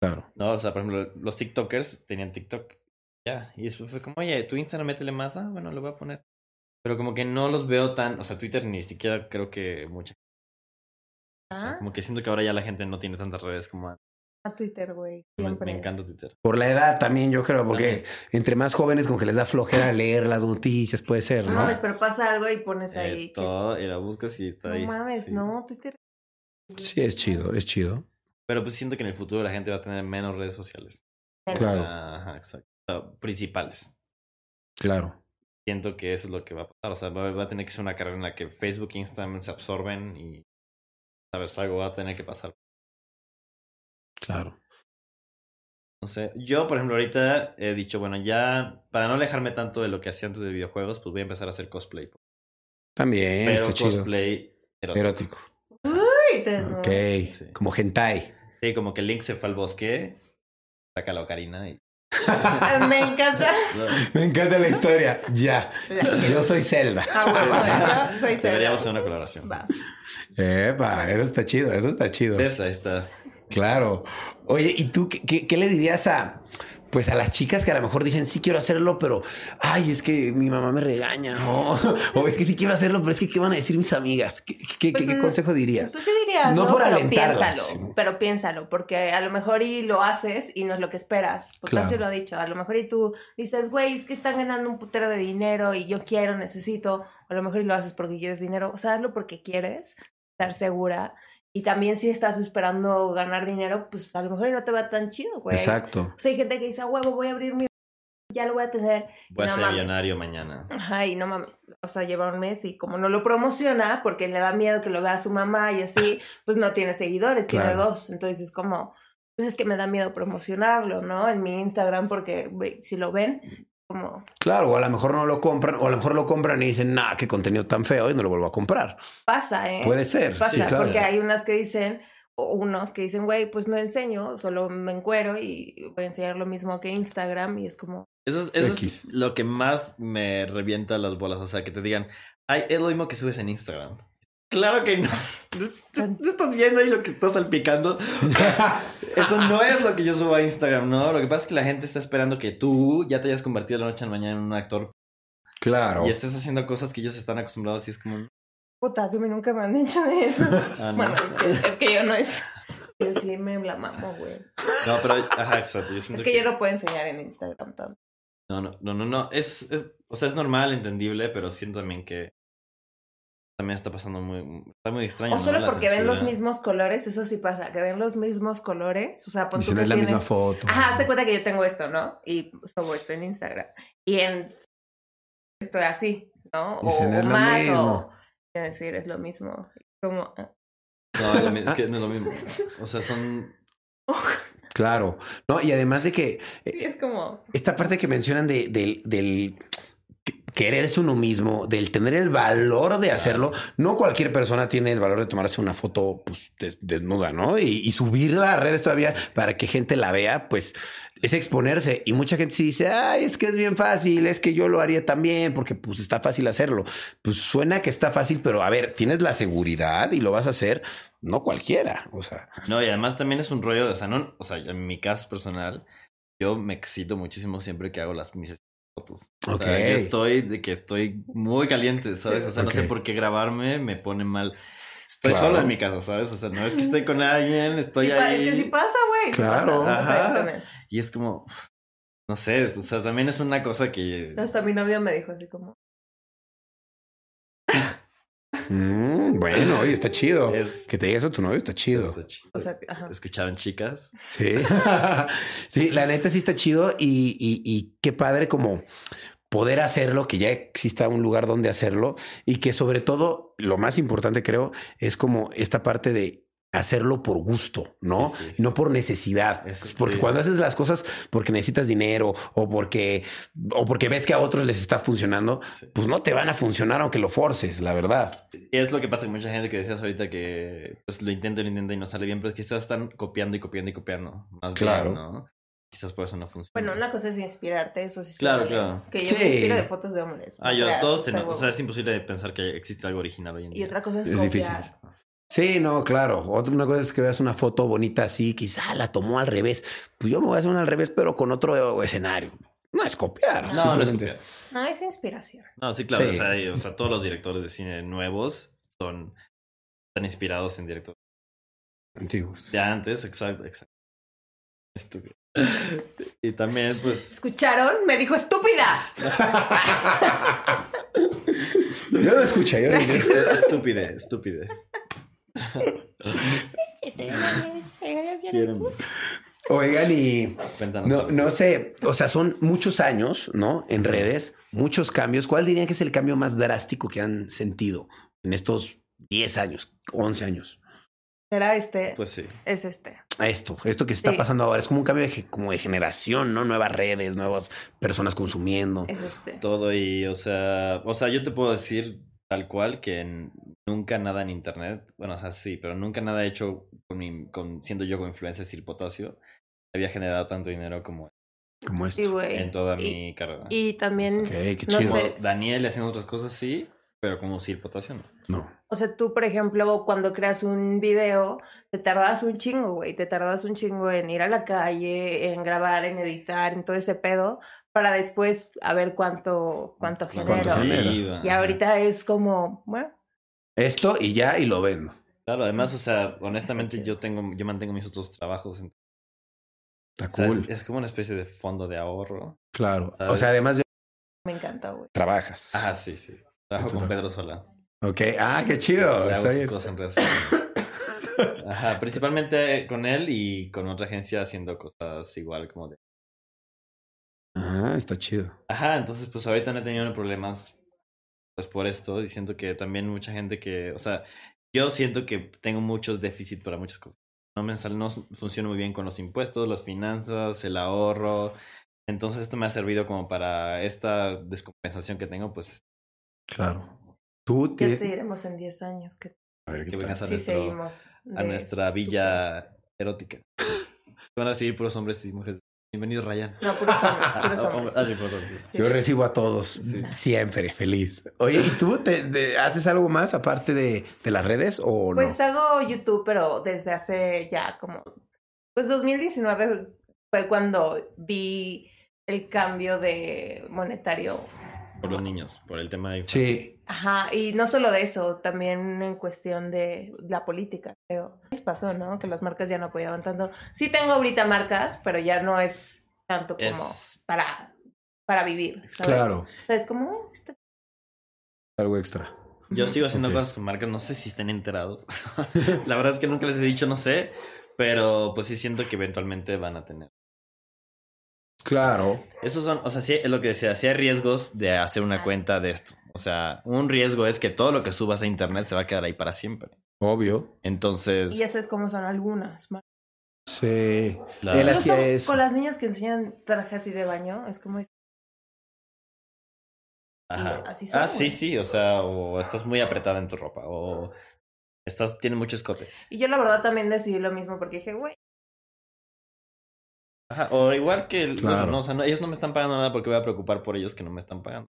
S1: Claro.
S2: No, o sea, por ejemplo, los TikTokers tenían TikTok. Ya. Y después fue como, oye, tu Instagram métele más. Ah, bueno, lo voy a poner. Pero como que no los veo tan. O sea, Twitter ni siquiera creo que mucha. o sea,
S3: Ah,
S2: como que siento que ahora ya la gente no tiene tantas redes como antes.
S3: a Twitter, güey.
S2: Me,
S3: Siempre.
S2: me encanta Twitter.
S1: Por la edad también, yo creo, porque entre más jóvenes, como que les da flojera leer las noticias, puede ser,
S3: No
S1: ¿no?
S3: mames, pero pasa algo y pones
S2: Eh,
S3: ahí. que-
S2: todo, y la buscas y está
S3: no
S2: ahí.
S3: mames,
S2: sí.
S3: no, Twitter.
S1: Sí, es chido, es chido.
S2: Pero pues siento que en el futuro la gente va a tener menos redes sociales.
S1: Claro.
S2: Ajá, exacto. O sea, principales.
S1: Claro.
S2: Siento que eso es lo que va a pasar. O sea, va, va a tener que ser una carrera en la que Facebook e Instagram se absorben y. ¿Sabes? Algo va a tener que pasar.
S1: Claro.
S2: No sé. Yo, por ejemplo, ahorita he dicho, bueno, ya. Para no alejarme tanto de lo que hacía antes de videojuegos, pues voy a empezar a hacer cosplay.
S1: También,
S2: Pero
S1: Eh, está chido.
S2: cosplay. erótico.
S1: Erótico.
S3: Uy, te desnudas.
S1: Ok.
S2: Sí.
S1: Como hentai.
S2: Sí, como que Link se fue al bosque, saca la ocarina y.
S3: Ah, Me encanta.
S1: Me encanta la historia. Ya. Yo soy Zelda.
S3: Ah, bueno, yo soy Zelda.
S2: Deberíamos hacer una colaboración.
S3: Vas.
S1: Epa, eso está chido, eso está chido.
S2: ¿Ves? Ahí está.
S1: Claro. Oye, ¿y tú qué, qué- qué le dirías a, pues a las chicas que a lo mejor dicen sí quiero hacerlo, pero ay, es que mi mamá me regaña o, o es que sí quiero hacerlo, pero es que qué van a decir mis amigas? ¿Qué, qué-
S3: Pues,
S1: qué- qué
S3: mm,
S1: consejo dirías?
S3: Pues sí dirías,
S1: No
S3: no,
S1: por
S3: pero
S1: alentarlas, sino-
S3: piénsalo, pero piénsalo, porque a lo mejor y lo haces y no es lo que esperas. Porque
S1: Claro.
S3: así lo ha dicho. A lo mejor y tú dices, güey, es que están ganando un putero de dinero y yo quiero, necesito. A lo mejor y lo haces porque quieres dinero. O sea, hazlo porque quieres, estar segura. Y también si estás esperando ganar dinero, pues a lo mejor y no te va tan chido, güey.
S1: Exacto.
S3: O sea, hay gente que dice, "A huevo, voy a abrir mi. Ya lo voy a tener.
S2: Voy a
S3: No
S2: ser
S3: mames.
S2: millonario mañana.
S3: Ay, no mames. O sea, lleva un mes y como no lo promociona porque le da miedo que lo vea su mamá y así, pues no tiene seguidores, tiene
S1: Claro.
S3: dos. Entonces es como, pues es que me da miedo promocionarlo, ¿no? En mi Instagram porque güey, si lo ven, como,
S1: Claro, o a lo mejor no lo compran, o a lo mejor lo compran y dicen, nah, qué contenido tan feo y no lo vuelvo a comprar.
S3: pasa, ¿eh?
S1: Puede ser.
S3: pasa,
S1: sí, claro.
S3: porque hay unas que dicen, o unos que dicen, güey, pues no enseño, solo me encuero y voy a enseñar lo mismo que Instagram y es como,
S2: Eso, es- eso es
S1: X.
S2: lo que más me revienta las bolas. O sea, que te digan, ay, es lo mismo que subes en Instagram. Claro que no. Tú- Tú, tú estás viendo ahí lo que estás salpicando. Eso no es lo que yo subo a Instagram, ¿no? Lo que pasa es que la gente está esperando que tú ya te hayas convertido de la noche a la mañana en un actor
S1: Claro.
S2: y estés haciendo cosas que ellos están acostumbrados y es como...
S3: putas, a mí nunca me han dicho eso.
S2: Ah, no.
S3: bueno, es que, es que yo no es. Yo sí me la mamo, güey.
S2: No, pero... Ajá, exacto. Yo siento
S3: Es que yo no puedo enseñar en Instagram tanto.
S2: No, no, no, no, no. Es, es- o sea, es normal, entendible, pero siento también que también está pasando muy, está muy extraño.
S3: O
S2: ¿no?
S3: solo
S2: La
S3: porque ven los
S2: censura.
S3: mismos colores, eso sí pasa, que ven los mismos colores, o sea, pon
S1: Y
S3: tú
S1: si no
S3: que
S1: es la misma
S3: tienes-
S1: foto.
S3: Ajá, hazte cuenta que yo tengo esto, ¿no? Y subo esto en Instagram. Y en estoy así, ¿no?
S1: Y si
S3: O,
S1: no es
S3: o
S1: lo
S3: más,
S1: mismo.
S3: o quiero decir, es lo mismo. Como ah,
S2: No, es, lo mi- es que no es lo mismo. O sea, son.
S1: Claro. No, y además de que
S3: sí, es como
S1: esta parte que mencionan de- del, del quererse uno mismo, del tener el valor de hacerlo, no cualquier persona tiene el valor de tomarse una foto pues, des- desnuda, ¿no? Y, y subirla a redes todavía para que gente la vea, pues es exponerse. Y mucha gente sí dice, ay, es que es bien fácil, es que yo lo haría también, porque pues está fácil hacerlo. Pues suena que está fácil, pero a ver, tienes la seguridad y lo vas a hacer, no cualquiera, o sea.
S2: No, y además también es un rollo. O sea, no, o sea, en mi caso personal, yo me excito muchísimo siempre que hago las mis fotos. O sea,
S1: Ok.
S2: yo estoy de que estoy muy caliente, ¿sabes? O sea, no sé
S1: Ok.
S2: por qué grabarme me pone mal. Estoy
S1: Claro.
S2: solo en mi casa, ¿sabes? O sea, no es que estoy con alguien, estoy
S3: sí, pa-
S2: ahí.
S3: es que sí pasa, güey. sí pasa,
S1: Claro.
S3: ¿no? O sea, yo
S2: Ajá.
S3: también.
S2: Y es como, uf, no sé, o sea, también es una cosa que...
S3: Hasta mi novio me dijo así como,
S1: Mm, bueno, oye, está chido.
S2: Es-
S1: Que te diga eso tu novio está chido.
S2: está chido.
S3: o sea, ajá.
S2: ¿Escucharon chicas?
S1: Sí. sí, la neta sí está chido y, y- y qué padre como poder hacerlo, que ya exista un lugar donde hacerlo y que sobre todo lo más importante creo es como esta parte de hacerlo por gusto, ¿no?
S2: Sí, sí.
S1: No por necesidad.
S2: Eso
S1: porque
S2: sí.
S1: cuando haces las cosas porque necesitas dinero o porque o porque ves que a otros les está funcionando, pues no te van a funcionar aunque lo forces, la verdad.
S2: Y es lo que pasa con mucha gente que decías ahorita que pues, lo intenta, lo intenta y no sale bien, pero quizás están copiando y copiando y copiando. Más bien,
S1: Claro.
S2: ¿no? Quizás por eso no funciona.
S3: Bueno, una cosa es inspirarte, eso sí. se
S2: Claro,
S3: vale.
S2: claro.
S3: Que
S1: Sí.
S3: yo me inspiro de fotos de hombres.
S2: Ah, yo,
S3: Claro,
S2: todos
S3: pero-
S2: tenemos. O sea, es imposible pensar que existe algo original hoy en
S3: Y
S2: día.
S3: otra cosa es,
S1: Es
S3: confiar.
S1: difícil. Sí, no, claro. Otra una cosa es que veas una foto bonita así, quizá la tomó al revés. Pues yo me voy a hacer una al revés, pero con otro escenario. No es copiar.
S2: No, no es
S1: Ah, simplemente.
S2: copiar.
S3: No, es inspiración.
S2: No, sí, claro.
S1: Sí.
S2: O, sea, y- o sea, todos los directores de cine nuevos son están inspirados en directores
S1: Antiguos.
S2: de antes, exacto, exacto. Estúpido. Y también, pues,
S3: ¿Escucharon? Me dijo estúpida.
S1: Yo no escuché, yo no escuché.
S2: estúpide, estúpide.
S3: Este,
S2: Quieren-
S1: Oigan, y
S2: Cuéntanos.
S1: no, no sé, o sea, son muchos años, ¿no? En redes, muchos cambios. ¿Cuál dirían que es el cambio más drástico que han sentido en estos 10 años, 11 años?
S3: Será este.
S2: Pues sí.
S3: es este.
S1: A Esto, esto que se está
S3: Sí.
S1: pasando ahora es como un cambio de, ge- como de generación, ¿no? Nuevas redes, nuevas personas consumiendo.
S3: Es este.
S2: Todo y, o sea, o sea, yo te puedo decir tal cual que en- nunca nada en internet, bueno, o sea, sí, pero nunca nada he hecho con mi, con, siendo yo como influencer Sir Potasio, había generado tanto dinero como
S1: Como
S3: Sí,
S1: esto.
S3: güey.
S2: en toda
S3: Y-
S2: mi carrera.
S3: Y también,
S1: Ok, qué
S3: no
S1: chido.
S2: Como
S3: sé.
S2: Daniel haciendo otras cosas, sí, pero como Sir Potasio no.
S1: No.
S3: o sea, tú, por ejemplo, cuando creas un video, te tardas un chingo, güey. Te tardas un chingo en ir a la calle, en grabar, en editar, en todo ese pedo, para después a ver cuánto, cuánto
S2: Claro.
S3: genero.
S1: genera?
S2: Iba,
S3: Y
S2: ajá.
S3: ahorita es como, bueno,
S1: Esto y ya, y lo vendo.
S2: Claro, además, o sea, honestamente
S3: chido.
S2: yo tengo, yo mantengo mis otros trabajos. en-
S1: Está
S2: o sea,
S1: cool.
S2: es como una especie de fondo de ahorro.
S1: claro. O
S2: ¿sabes?
S1: sea, además de-
S3: me encanta, güey.
S1: trabajas.
S2: Ajá, Ah, sí, sí. Trabajo
S1: Esto
S2: con
S1: está-
S2: Pedro Sola.
S1: Ok. Ah, qué
S2: Le
S1: chido.
S2: hago
S1: Está
S2: sus
S1: bien.
S2: cosas en redes sociales. Ajá, principalmente con él y con otra agencia haciendo cosas igual como de...
S1: Ah, está chido.
S2: Ajá, entonces pues ahorita no he tenido problemas pues por esto y siento que también mucha gente que, o sea, yo siento que tengo muchos déficits para muchas cosas. No me sal- no funciono muy bien con los impuestos, las finanzas, el ahorro. Entonces esto me ha servido como para esta descompensación que tengo, pues
S1: Claro. Tú
S3: ¿Qué
S1: te-
S3: te diremos en 10 años? Que
S1: A ver,
S2: que vengas a,
S3: si
S2: nuestro-
S3: seguimos.
S2: a
S3: de
S2: nuestra villa erótica. Van a recibir puros hombres y mujeres. Bienvenido, Ryan.
S3: super- No, puros hombres, puros
S2: Ah,
S3: hombres.
S2: ah, sí, puros hombres.
S3: Sí,
S1: Yo
S3: sí.
S1: recibo a todos
S2: Sí.
S1: siempre feliz. Oye, ¿y tú te, te- haces algo más aparte de, de las redes o no?
S3: Pues hago YouTube, pero desde hace ya como. Pues 2019 fue cuando vi el cambio de monetario.
S2: Por los niños, por el tema de...
S1: sí.
S3: Ajá, y no solo de eso, también en cuestión de la política, creo. Les pasó, ¿no? Que las marcas ya no apoyaban tanto. Sí tengo ahorita marcas, pero ya no es tanto como
S2: Es-
S3: para, para vivir. ¿sabes?
S1: Claro.
S3: O sea, es como, "Ah, está
S1: Algo extra.
S2: Yo sigo haciendo
S1: Ok.
S2: cosas con marcas, no sé si estén enterados. La verdad es que nunca les he dicho, no sé. Pero pues sí siento que eventualmente van a tener.
S1: Claro.
S2: Esos son, o sea, sí, es lo que decía, sí hay riesgos de hacer una cuenta de esto. O sea, un riesgo es que todo lo que subas a internet se va a quedar ahí para siempre.
S1: Obvio.
S2: Entonces,
S3: Y ya sabes cómo son algunas. ma-
S1: Sí.
S2: la-
S1: Él hacía
S3: Incluso
S1: eso.
S3: Con las niñas que enseñan trajes así de baño, es como este,
S2: Ajá.
S3: así son,
S2: ah, sí,
S3: güey.
S2: sí, o sea, o estás muy apretada en tu ropa, o estás, tiene mucho escote.
S3: Y yo la verdad también decidí lo mismo porque dije, güey,
S2: Ajá, o igual que, el-
S1: Claro.
S2: no, o sea, no, ellos no me están pagando nada porque voy a preocupar por ellos que no me están pagando.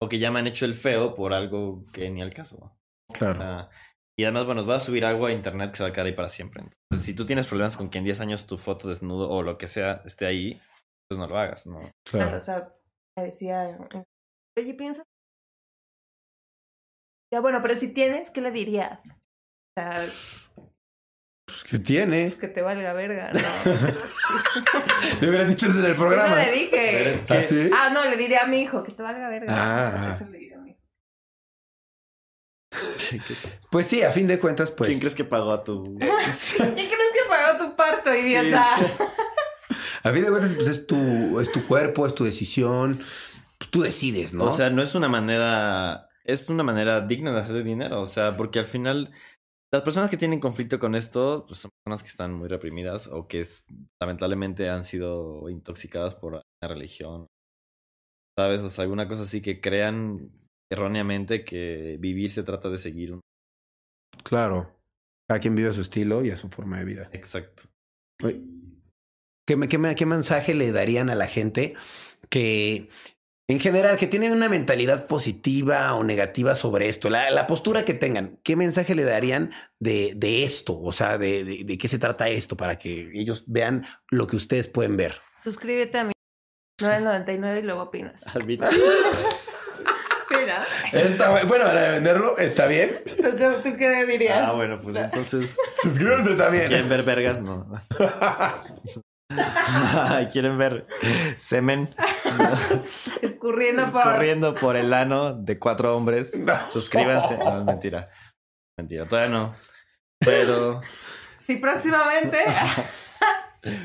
S2: O que ya me han hecho el feo por algo que ni al caso. O
S1: Claro.
S2: sea, y además, bueno, vas a subir algo a internet que se va a quedar ahí para siempre. Entonces, si tú tienes problemas con que en 10 años tu foto desnudo o lo que sea esté ahí, pues no lo hagas, ¿no?
S3: claro,
S1: Claro.
S3: o sea, me decía, oye, piensas. Ya, bueno, pero si tienes, ¿qué le dirías? O sea,
S1: Pues, ¿Qué tiene?
S3: que te valga verga, ¿no?
S1: Le hubieras dicho Pues, eso en el
S3: Eso
S1: programa.
S3: le dije.
S1: ¿Ah, sí?
S3: Ah, no, le diré a mi hijo, que te valga verga.
S1: Ah.
S3: Eso le diré a mi hijo.
S1: Pues sí, a fin de cuentas, pues.
S2: ¿Quién crees que pagó a tu...?
S3: ¿Quién crees que pagó tu parto, idiota?
S1: A fin de cuentas, pues es tu, es tu cuerpo, es tu decisión. pues, tú decides, ¿no?
S2: O sea, no es una manera, es una manera digna de hacer dinero, o sea, porque al final las personas que tienen conflicto con esto pues, son personas que están muy reprimidas o que es- lamentablemente han sido intoxicadas por la religión, ¿sabes? O sea, alguna cosa así que crean erróneamente que vivir se trata de seguir un...
S1: claro. Cada quien vive a su estilo y a su forma de vida.
S2: Exacto.
S1: Oye, ¿Qué, me- qué me- qué mensaje le darían a la gente que, en general, que tienen una mentalidad positiva o negativa sobre esto? La, la postura que tengan, ¿qué mensaje le darían de, de esto? O sea, de, de- de qué se trata esto para que ellos vean lo que ustedes pueden ver?
S3: Suscríbete a mi 999 y luego opinas.
S2: Árbitro.
S3: Sí, ¿no?
S1: bueno, para venderlo está bien.
S3: ¿Tú qué, tú qué dirías?
S2: Ah, bueno, pues entonces...
S1: Suscríbanse
S2: ¿Quieren ver vergas? No. ¿Quieren ver semen
S3: Escurriendo por...
S2: corriendo por el ano de cuatro hombres? Suscríbanse. No, es mentira. Mentira, todavía no. Pero
S3: Sí, próximamente.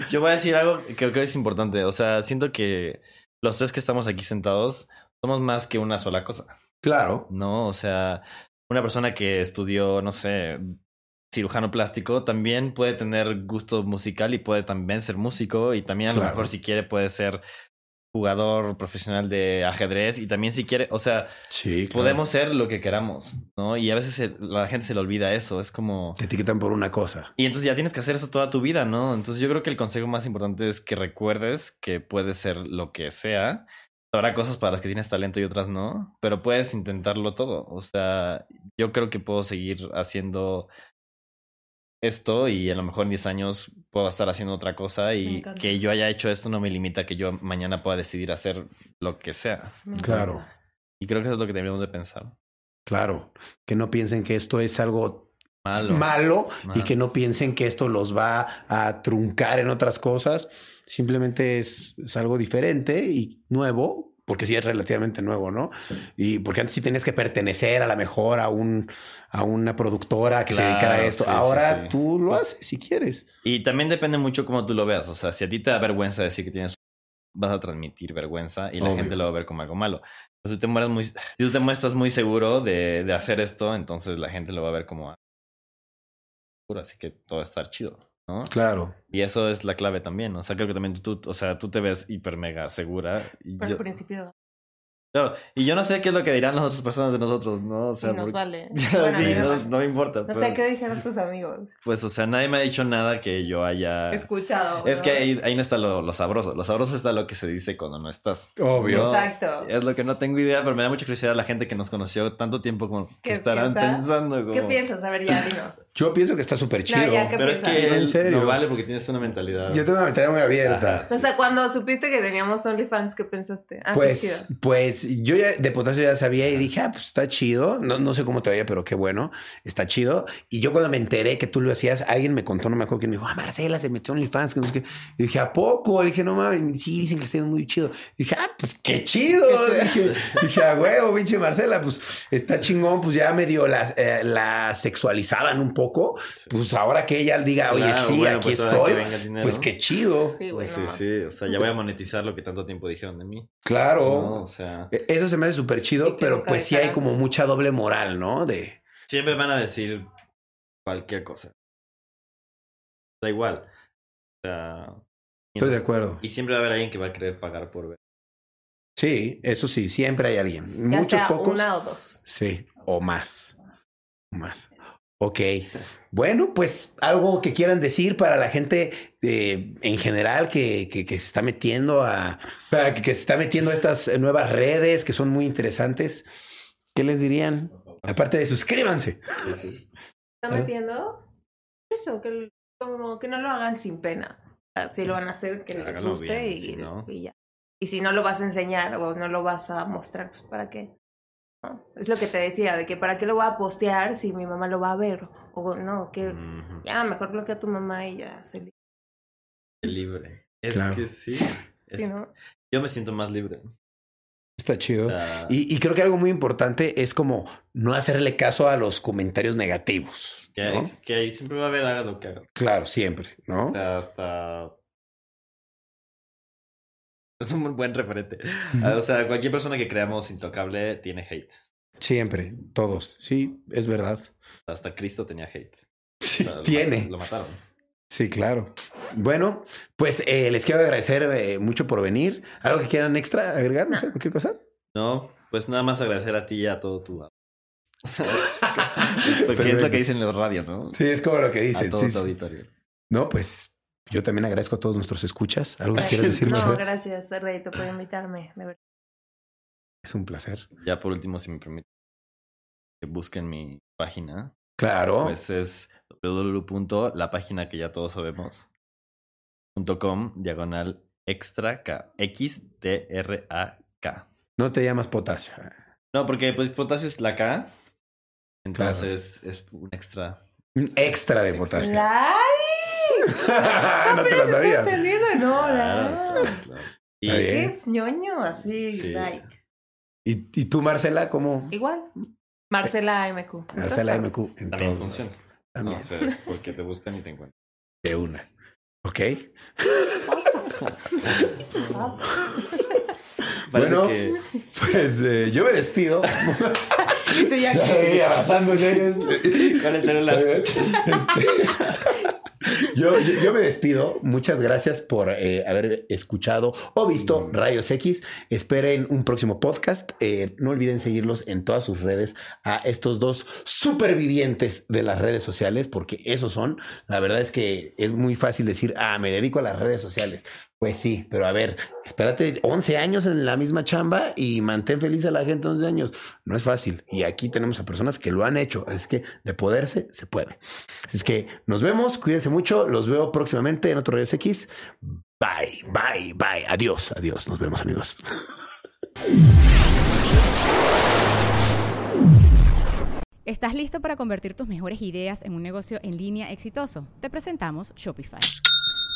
S2: yo voy a decir algo que creo que es importante. O sea, siento que los tres que estamos aquí sentados somos más que una sola cosa.
S1: Claro.
S2: ¿no? O sea, una persona que estudió, no sé, cirujano plástico, también puede tener gusto musical y puede también ser músico y también a lo
S1: Claro.
S2: mejor si quiere puede ser jugador profesional de ajedrez y también si quiere, o sea,
S1: Sí, claro.
S2: podemos ser lo que queramos, ¿no? Y a veces se- la gente se le olvida eso, es como...
S1: Te etiquetan por una cosa.
S2: Y entonces ya tienes que hacer eso toda tu vida, ¿no? Entonces yo creo que el consejo más importante es que recuerdes que puedes ser lo que sea. Habrá cosas para las que tienes talento y otras no, pero puedes intentarlo todo. O sea, yo creo que puedo seguir haciendo esto y a lo mejor en 10 años puedo estar haciendo otra cosa
S3: Me
S2: y
S3: encanta.
S2: que yo haya hecho esto no me limita a que yo mañana pueda decidir hacer lo que sea.
S1: Claro.
S2: Y creo que eso es lo que deberíamos de pensar.
S1: Claro, que no piensen que esto es algo
S2: Malo.
S1: malo, y
S2: Malo.
S1: que no piensen que esto los va a truncar en otras cosas. Simplemente es, es algo diferente y nuevo, porque sí es relativamente nuevo, ¿no? Y porque antes sí tenías que pertenecer a la mejor a un a una productora que se
S2: Claro,
S1: dedicara a esto.
S2: sí, sí,
S1: Ahora
S2: sí.
S1: tú lo haces si quieres.
S2: Y también depende mucho cómo tú lo veas. O sea, si a ti te da vergüenza decir que tienes, vas a transmitir vergüenza y la
S1: Obvio.
S2: gente lo va a ver como algo malo. Pero si, te mueres muy, si tú te muestras muy seguro de, de hacer esto, entonces la gente lo va a ver como algo seguro. Así que todo va a estar chido, ¿no?
S1: Claro.
S2: Y eso es la clave también. O sea, creo que también tú, o sea, tú te ves hiper mega segura. Y
S3: Por
S2: yo,
S3: el principio.
S2: claro, y yo no sé qué es lo que dirán las otras personas de nosotros, ¿no? O sea,
S3: nos
S2: porque-
S3: vale.
S2: Sí,
S3: Bueno, a mí me
S2: no,
S3: vale.
S2: no me importa.
S3: No
S2: pero-
S3: sé qué dijeron tus amigos.
S2: Pues, o sea, nadie me ha dicho nada que yo haya...
S3: Escuchado.
S2: Ah. Es
S3: ¿no?
S2: que ahí, ahí no está lo, lo sabroso. Lo sabroso está lo que se dice cuando no estás.
S1: Obvio.
S2: No,
S3: Exacto.
S2: Es lo que no tengo idea, pero me da mucha curiosidad la gente que nos conoció tanto tiempo como que
S3: ¿Qué
S2: estarán
S3: piensa?
S2: pensando. Como...
S3: ¿Qué piensas? A ver, ya dinos.
S1: Yo pienso que está súper chido.
S3: ya que-
S2: Pero es
S3: piensa?
S2: que
S1: No, en
S2: él
S1: serio.
S2: no vale porque tienes una mentalidad.
S1: Yo tengo una mentalidad muy abierta.
S2: Ajá.
S3: O sea, cuando supiste que teníamos OnlyFans, ¿qué pensaste? Ah, qué
S1: Pues,
S3: chido.
S1: pues yo ya de potasio ya sabía y dije, ah, pues está chido. No, no sé cómo te vaya, pero qué bueno, está chido. Y yo cuando me enteré que tú lo hacías, alguien me contó, no me acuerdo quién me dijo, ah, Marcela se metió en OnlyFans, que no sé qué. Y dije, ¿a poco? Le dije, no mames, sí, dicen que está muy chido. Y dije, ah, pues qué chido. dije, dije, a huevo, pinche Marcela, pues está chingón, pues ya medio la, eh, la sexualizaban un poco. Pues ahora que ella diga, oye,
S2: Claro,
S1: sí,
S2: bueno,
S1: aquí
S2: pues, ahora
S1: estoy,
S2: que venga el dinero.
S1: pues qué chido.
S3: Sí, güey.
S2: Pues sí,
S3: no mames.
S2: sí. O sea, ya voy a monetizar lo que tanto tiempo dijeron de mí.
S1: Claro.
S2: No, o sea,
S1: Eh, Eso se me hace súper
S3: Y
S1: chido,
S3: que
S1: pero
S3: nunca
S1: pues sí hay
S3: dejarán.
S1: como mucha doble moral, ¿no? De
S2: siempre van a decir cualquier cosa. Da igual. O sea, y
S1: estoy de
S2: entonces-
S1: acuerdo.
S2: Y siempre va a haber alguien que va a querer pagar por ver.
S1: Sí, eso sí, siempre hay alguien.
S3: Ya
S1: Muchos
S3: sea
S1: pocos.
S3: una o dos.
S1: Sí, o más. O Más. Ok. Bueno, pues algo que quieran decir para la gente eh, en general que, que- que se está metiendo a. para que, que se está metiendo a estas eh, nuevas redes que son muy interesantes. ¿Qué les dirían? Aparte de suscríbanse.
S3: ¿Está
S1: ¿Eh?
S3: metiendo? Eso, que, l- como que no lo hagan sin pena. O sea, Si lo van a hacer, que les
S2: Háganlo
S3: guste
S2: bien,
S3: y,
S2: si no.
S3: y ya. Y si no lo vas a enseñar o no lo vas a mostrar, pues ¿para qué? ¿No? Es lo que te decía, de que ¿para qué lo voy a postear si mi mamá lo va a ver? O no, que
S2: Ujú.
S3: ya, mejor bloquea a tu mamá y ya. soy libre,
S2: Libre. Es
S1: Claro.
S2: que sí.
S3: ¿sí,
S2: Es-
S3: no?
S2: Yo me siento más libre.
S1: Está
S2: O
S1: chido.
S2: sea,
S1: Y, y creo que algo muy importante es como no hacerle caso a los comentarios negativos.
S2: que,
S1: ¿no?
S2: que ahí siempre va a haber haga lo que haga.
S1: Claro, siempre, ¿no?
S2: O sea, hasta Es un buen referente. Ah, O sea, cualquier persona que creamos intocable tiene hate.
S1: Siempre, todos. Sí, es verdad.
S2: Hasta Cristo tenía hate. O
S1: Sí,
S2: sea, lo
S1: tiene.
S2: mat- Lo mataron.
S1: Sí, claro. Bueno, pues eh, les quiero agradecer eh, mucho por venir. ¿Algo que quieran extra agregar? No sé, cualquier cosa.
S2: No, pues nada más agradecer a ti y a todo tu. Porque es
S1: Perfecto.
S2: lo que dicen los radios, ¿no?
S1: Sí, es como lo que
S2: a
S1: dicen.
S2: todo
S1: sí,
S2: tu
S1: sí.
S2: auditorio.
S1: No, pues yo también agradezco a todos nuestros escuchas. ¿Algo que
S3: Ay,
S1: quieras decir?
S3: No,
S1: Mafer?
S3: gracias, Reyito, por invitarme. De verdad.
S1: es un placer.
S2: Ya por último, si me permite que busquen mi página,
S1: Claro.
S2: pues es www. la página que ya todos sabemos .com diagonal extra k x t r a k.
S1: no te llamas potasio.
S2: No, porque pues potasio es la k, entonces es un extra.
S1: Un extra de potasio.
S3: ¡Ay!
S2: Ah,
S1: no te lo
S3: Pero sí está
S1: sabía.
S3: entendiendo, no,
S2: Claro,
S3: la-
S2: claro, claro. Y
S1: Está bien.
S3: ¿Qué es ñoño? Así,
S2: Sí.
S3: like.
S1: ¿Y, y tú, Marcela, cómo?
S3: Igual. Marcela MQ.
S1: Marcela MQ. En
S2: también
S1: todo.
S2: funciona.
S1: También.
S2: No sé, porque te buscan y te encuentran.
S1: De una. Ok.
S2: Parece
S1: Bueno.
S2: que
S1: Pues eh, yo me despido.
S3: Y tú ya
S1: Ya
S3: que-
S1: ahí abrazándose.
S2: con el
S1: Está
S2: celular.
S1: bien. Este, Yo, yo- yo me despido. Muchas gracias por eh, haber escuchado o visto Rayos X. Esperen un próximo podcast. Eh, no olviden seguirlos en todas sus redes a estos dos supervivientes de las redes sociales, porque esos son. La verdad es que es muy fácil decir, ah, me dedico a las redes sociales. Pues sí, pero a ver, espérate 11 años en la misma chamba y mantén feliz a la gente 11 años. No es fácil. Y aquí tenemos a personas que lo han hecho. Es que de poderse, se puede. Así es que nos vemos, cuídense mucho. Los veo próximamente en otro Rayos X. Bye, bye, bye. Adiós, adiós. Nos vemos, amigos.
S5: ¿Estás listo para convertir tus mejores ideas en un negocio en línea exitoso? Te presentamos Shopify.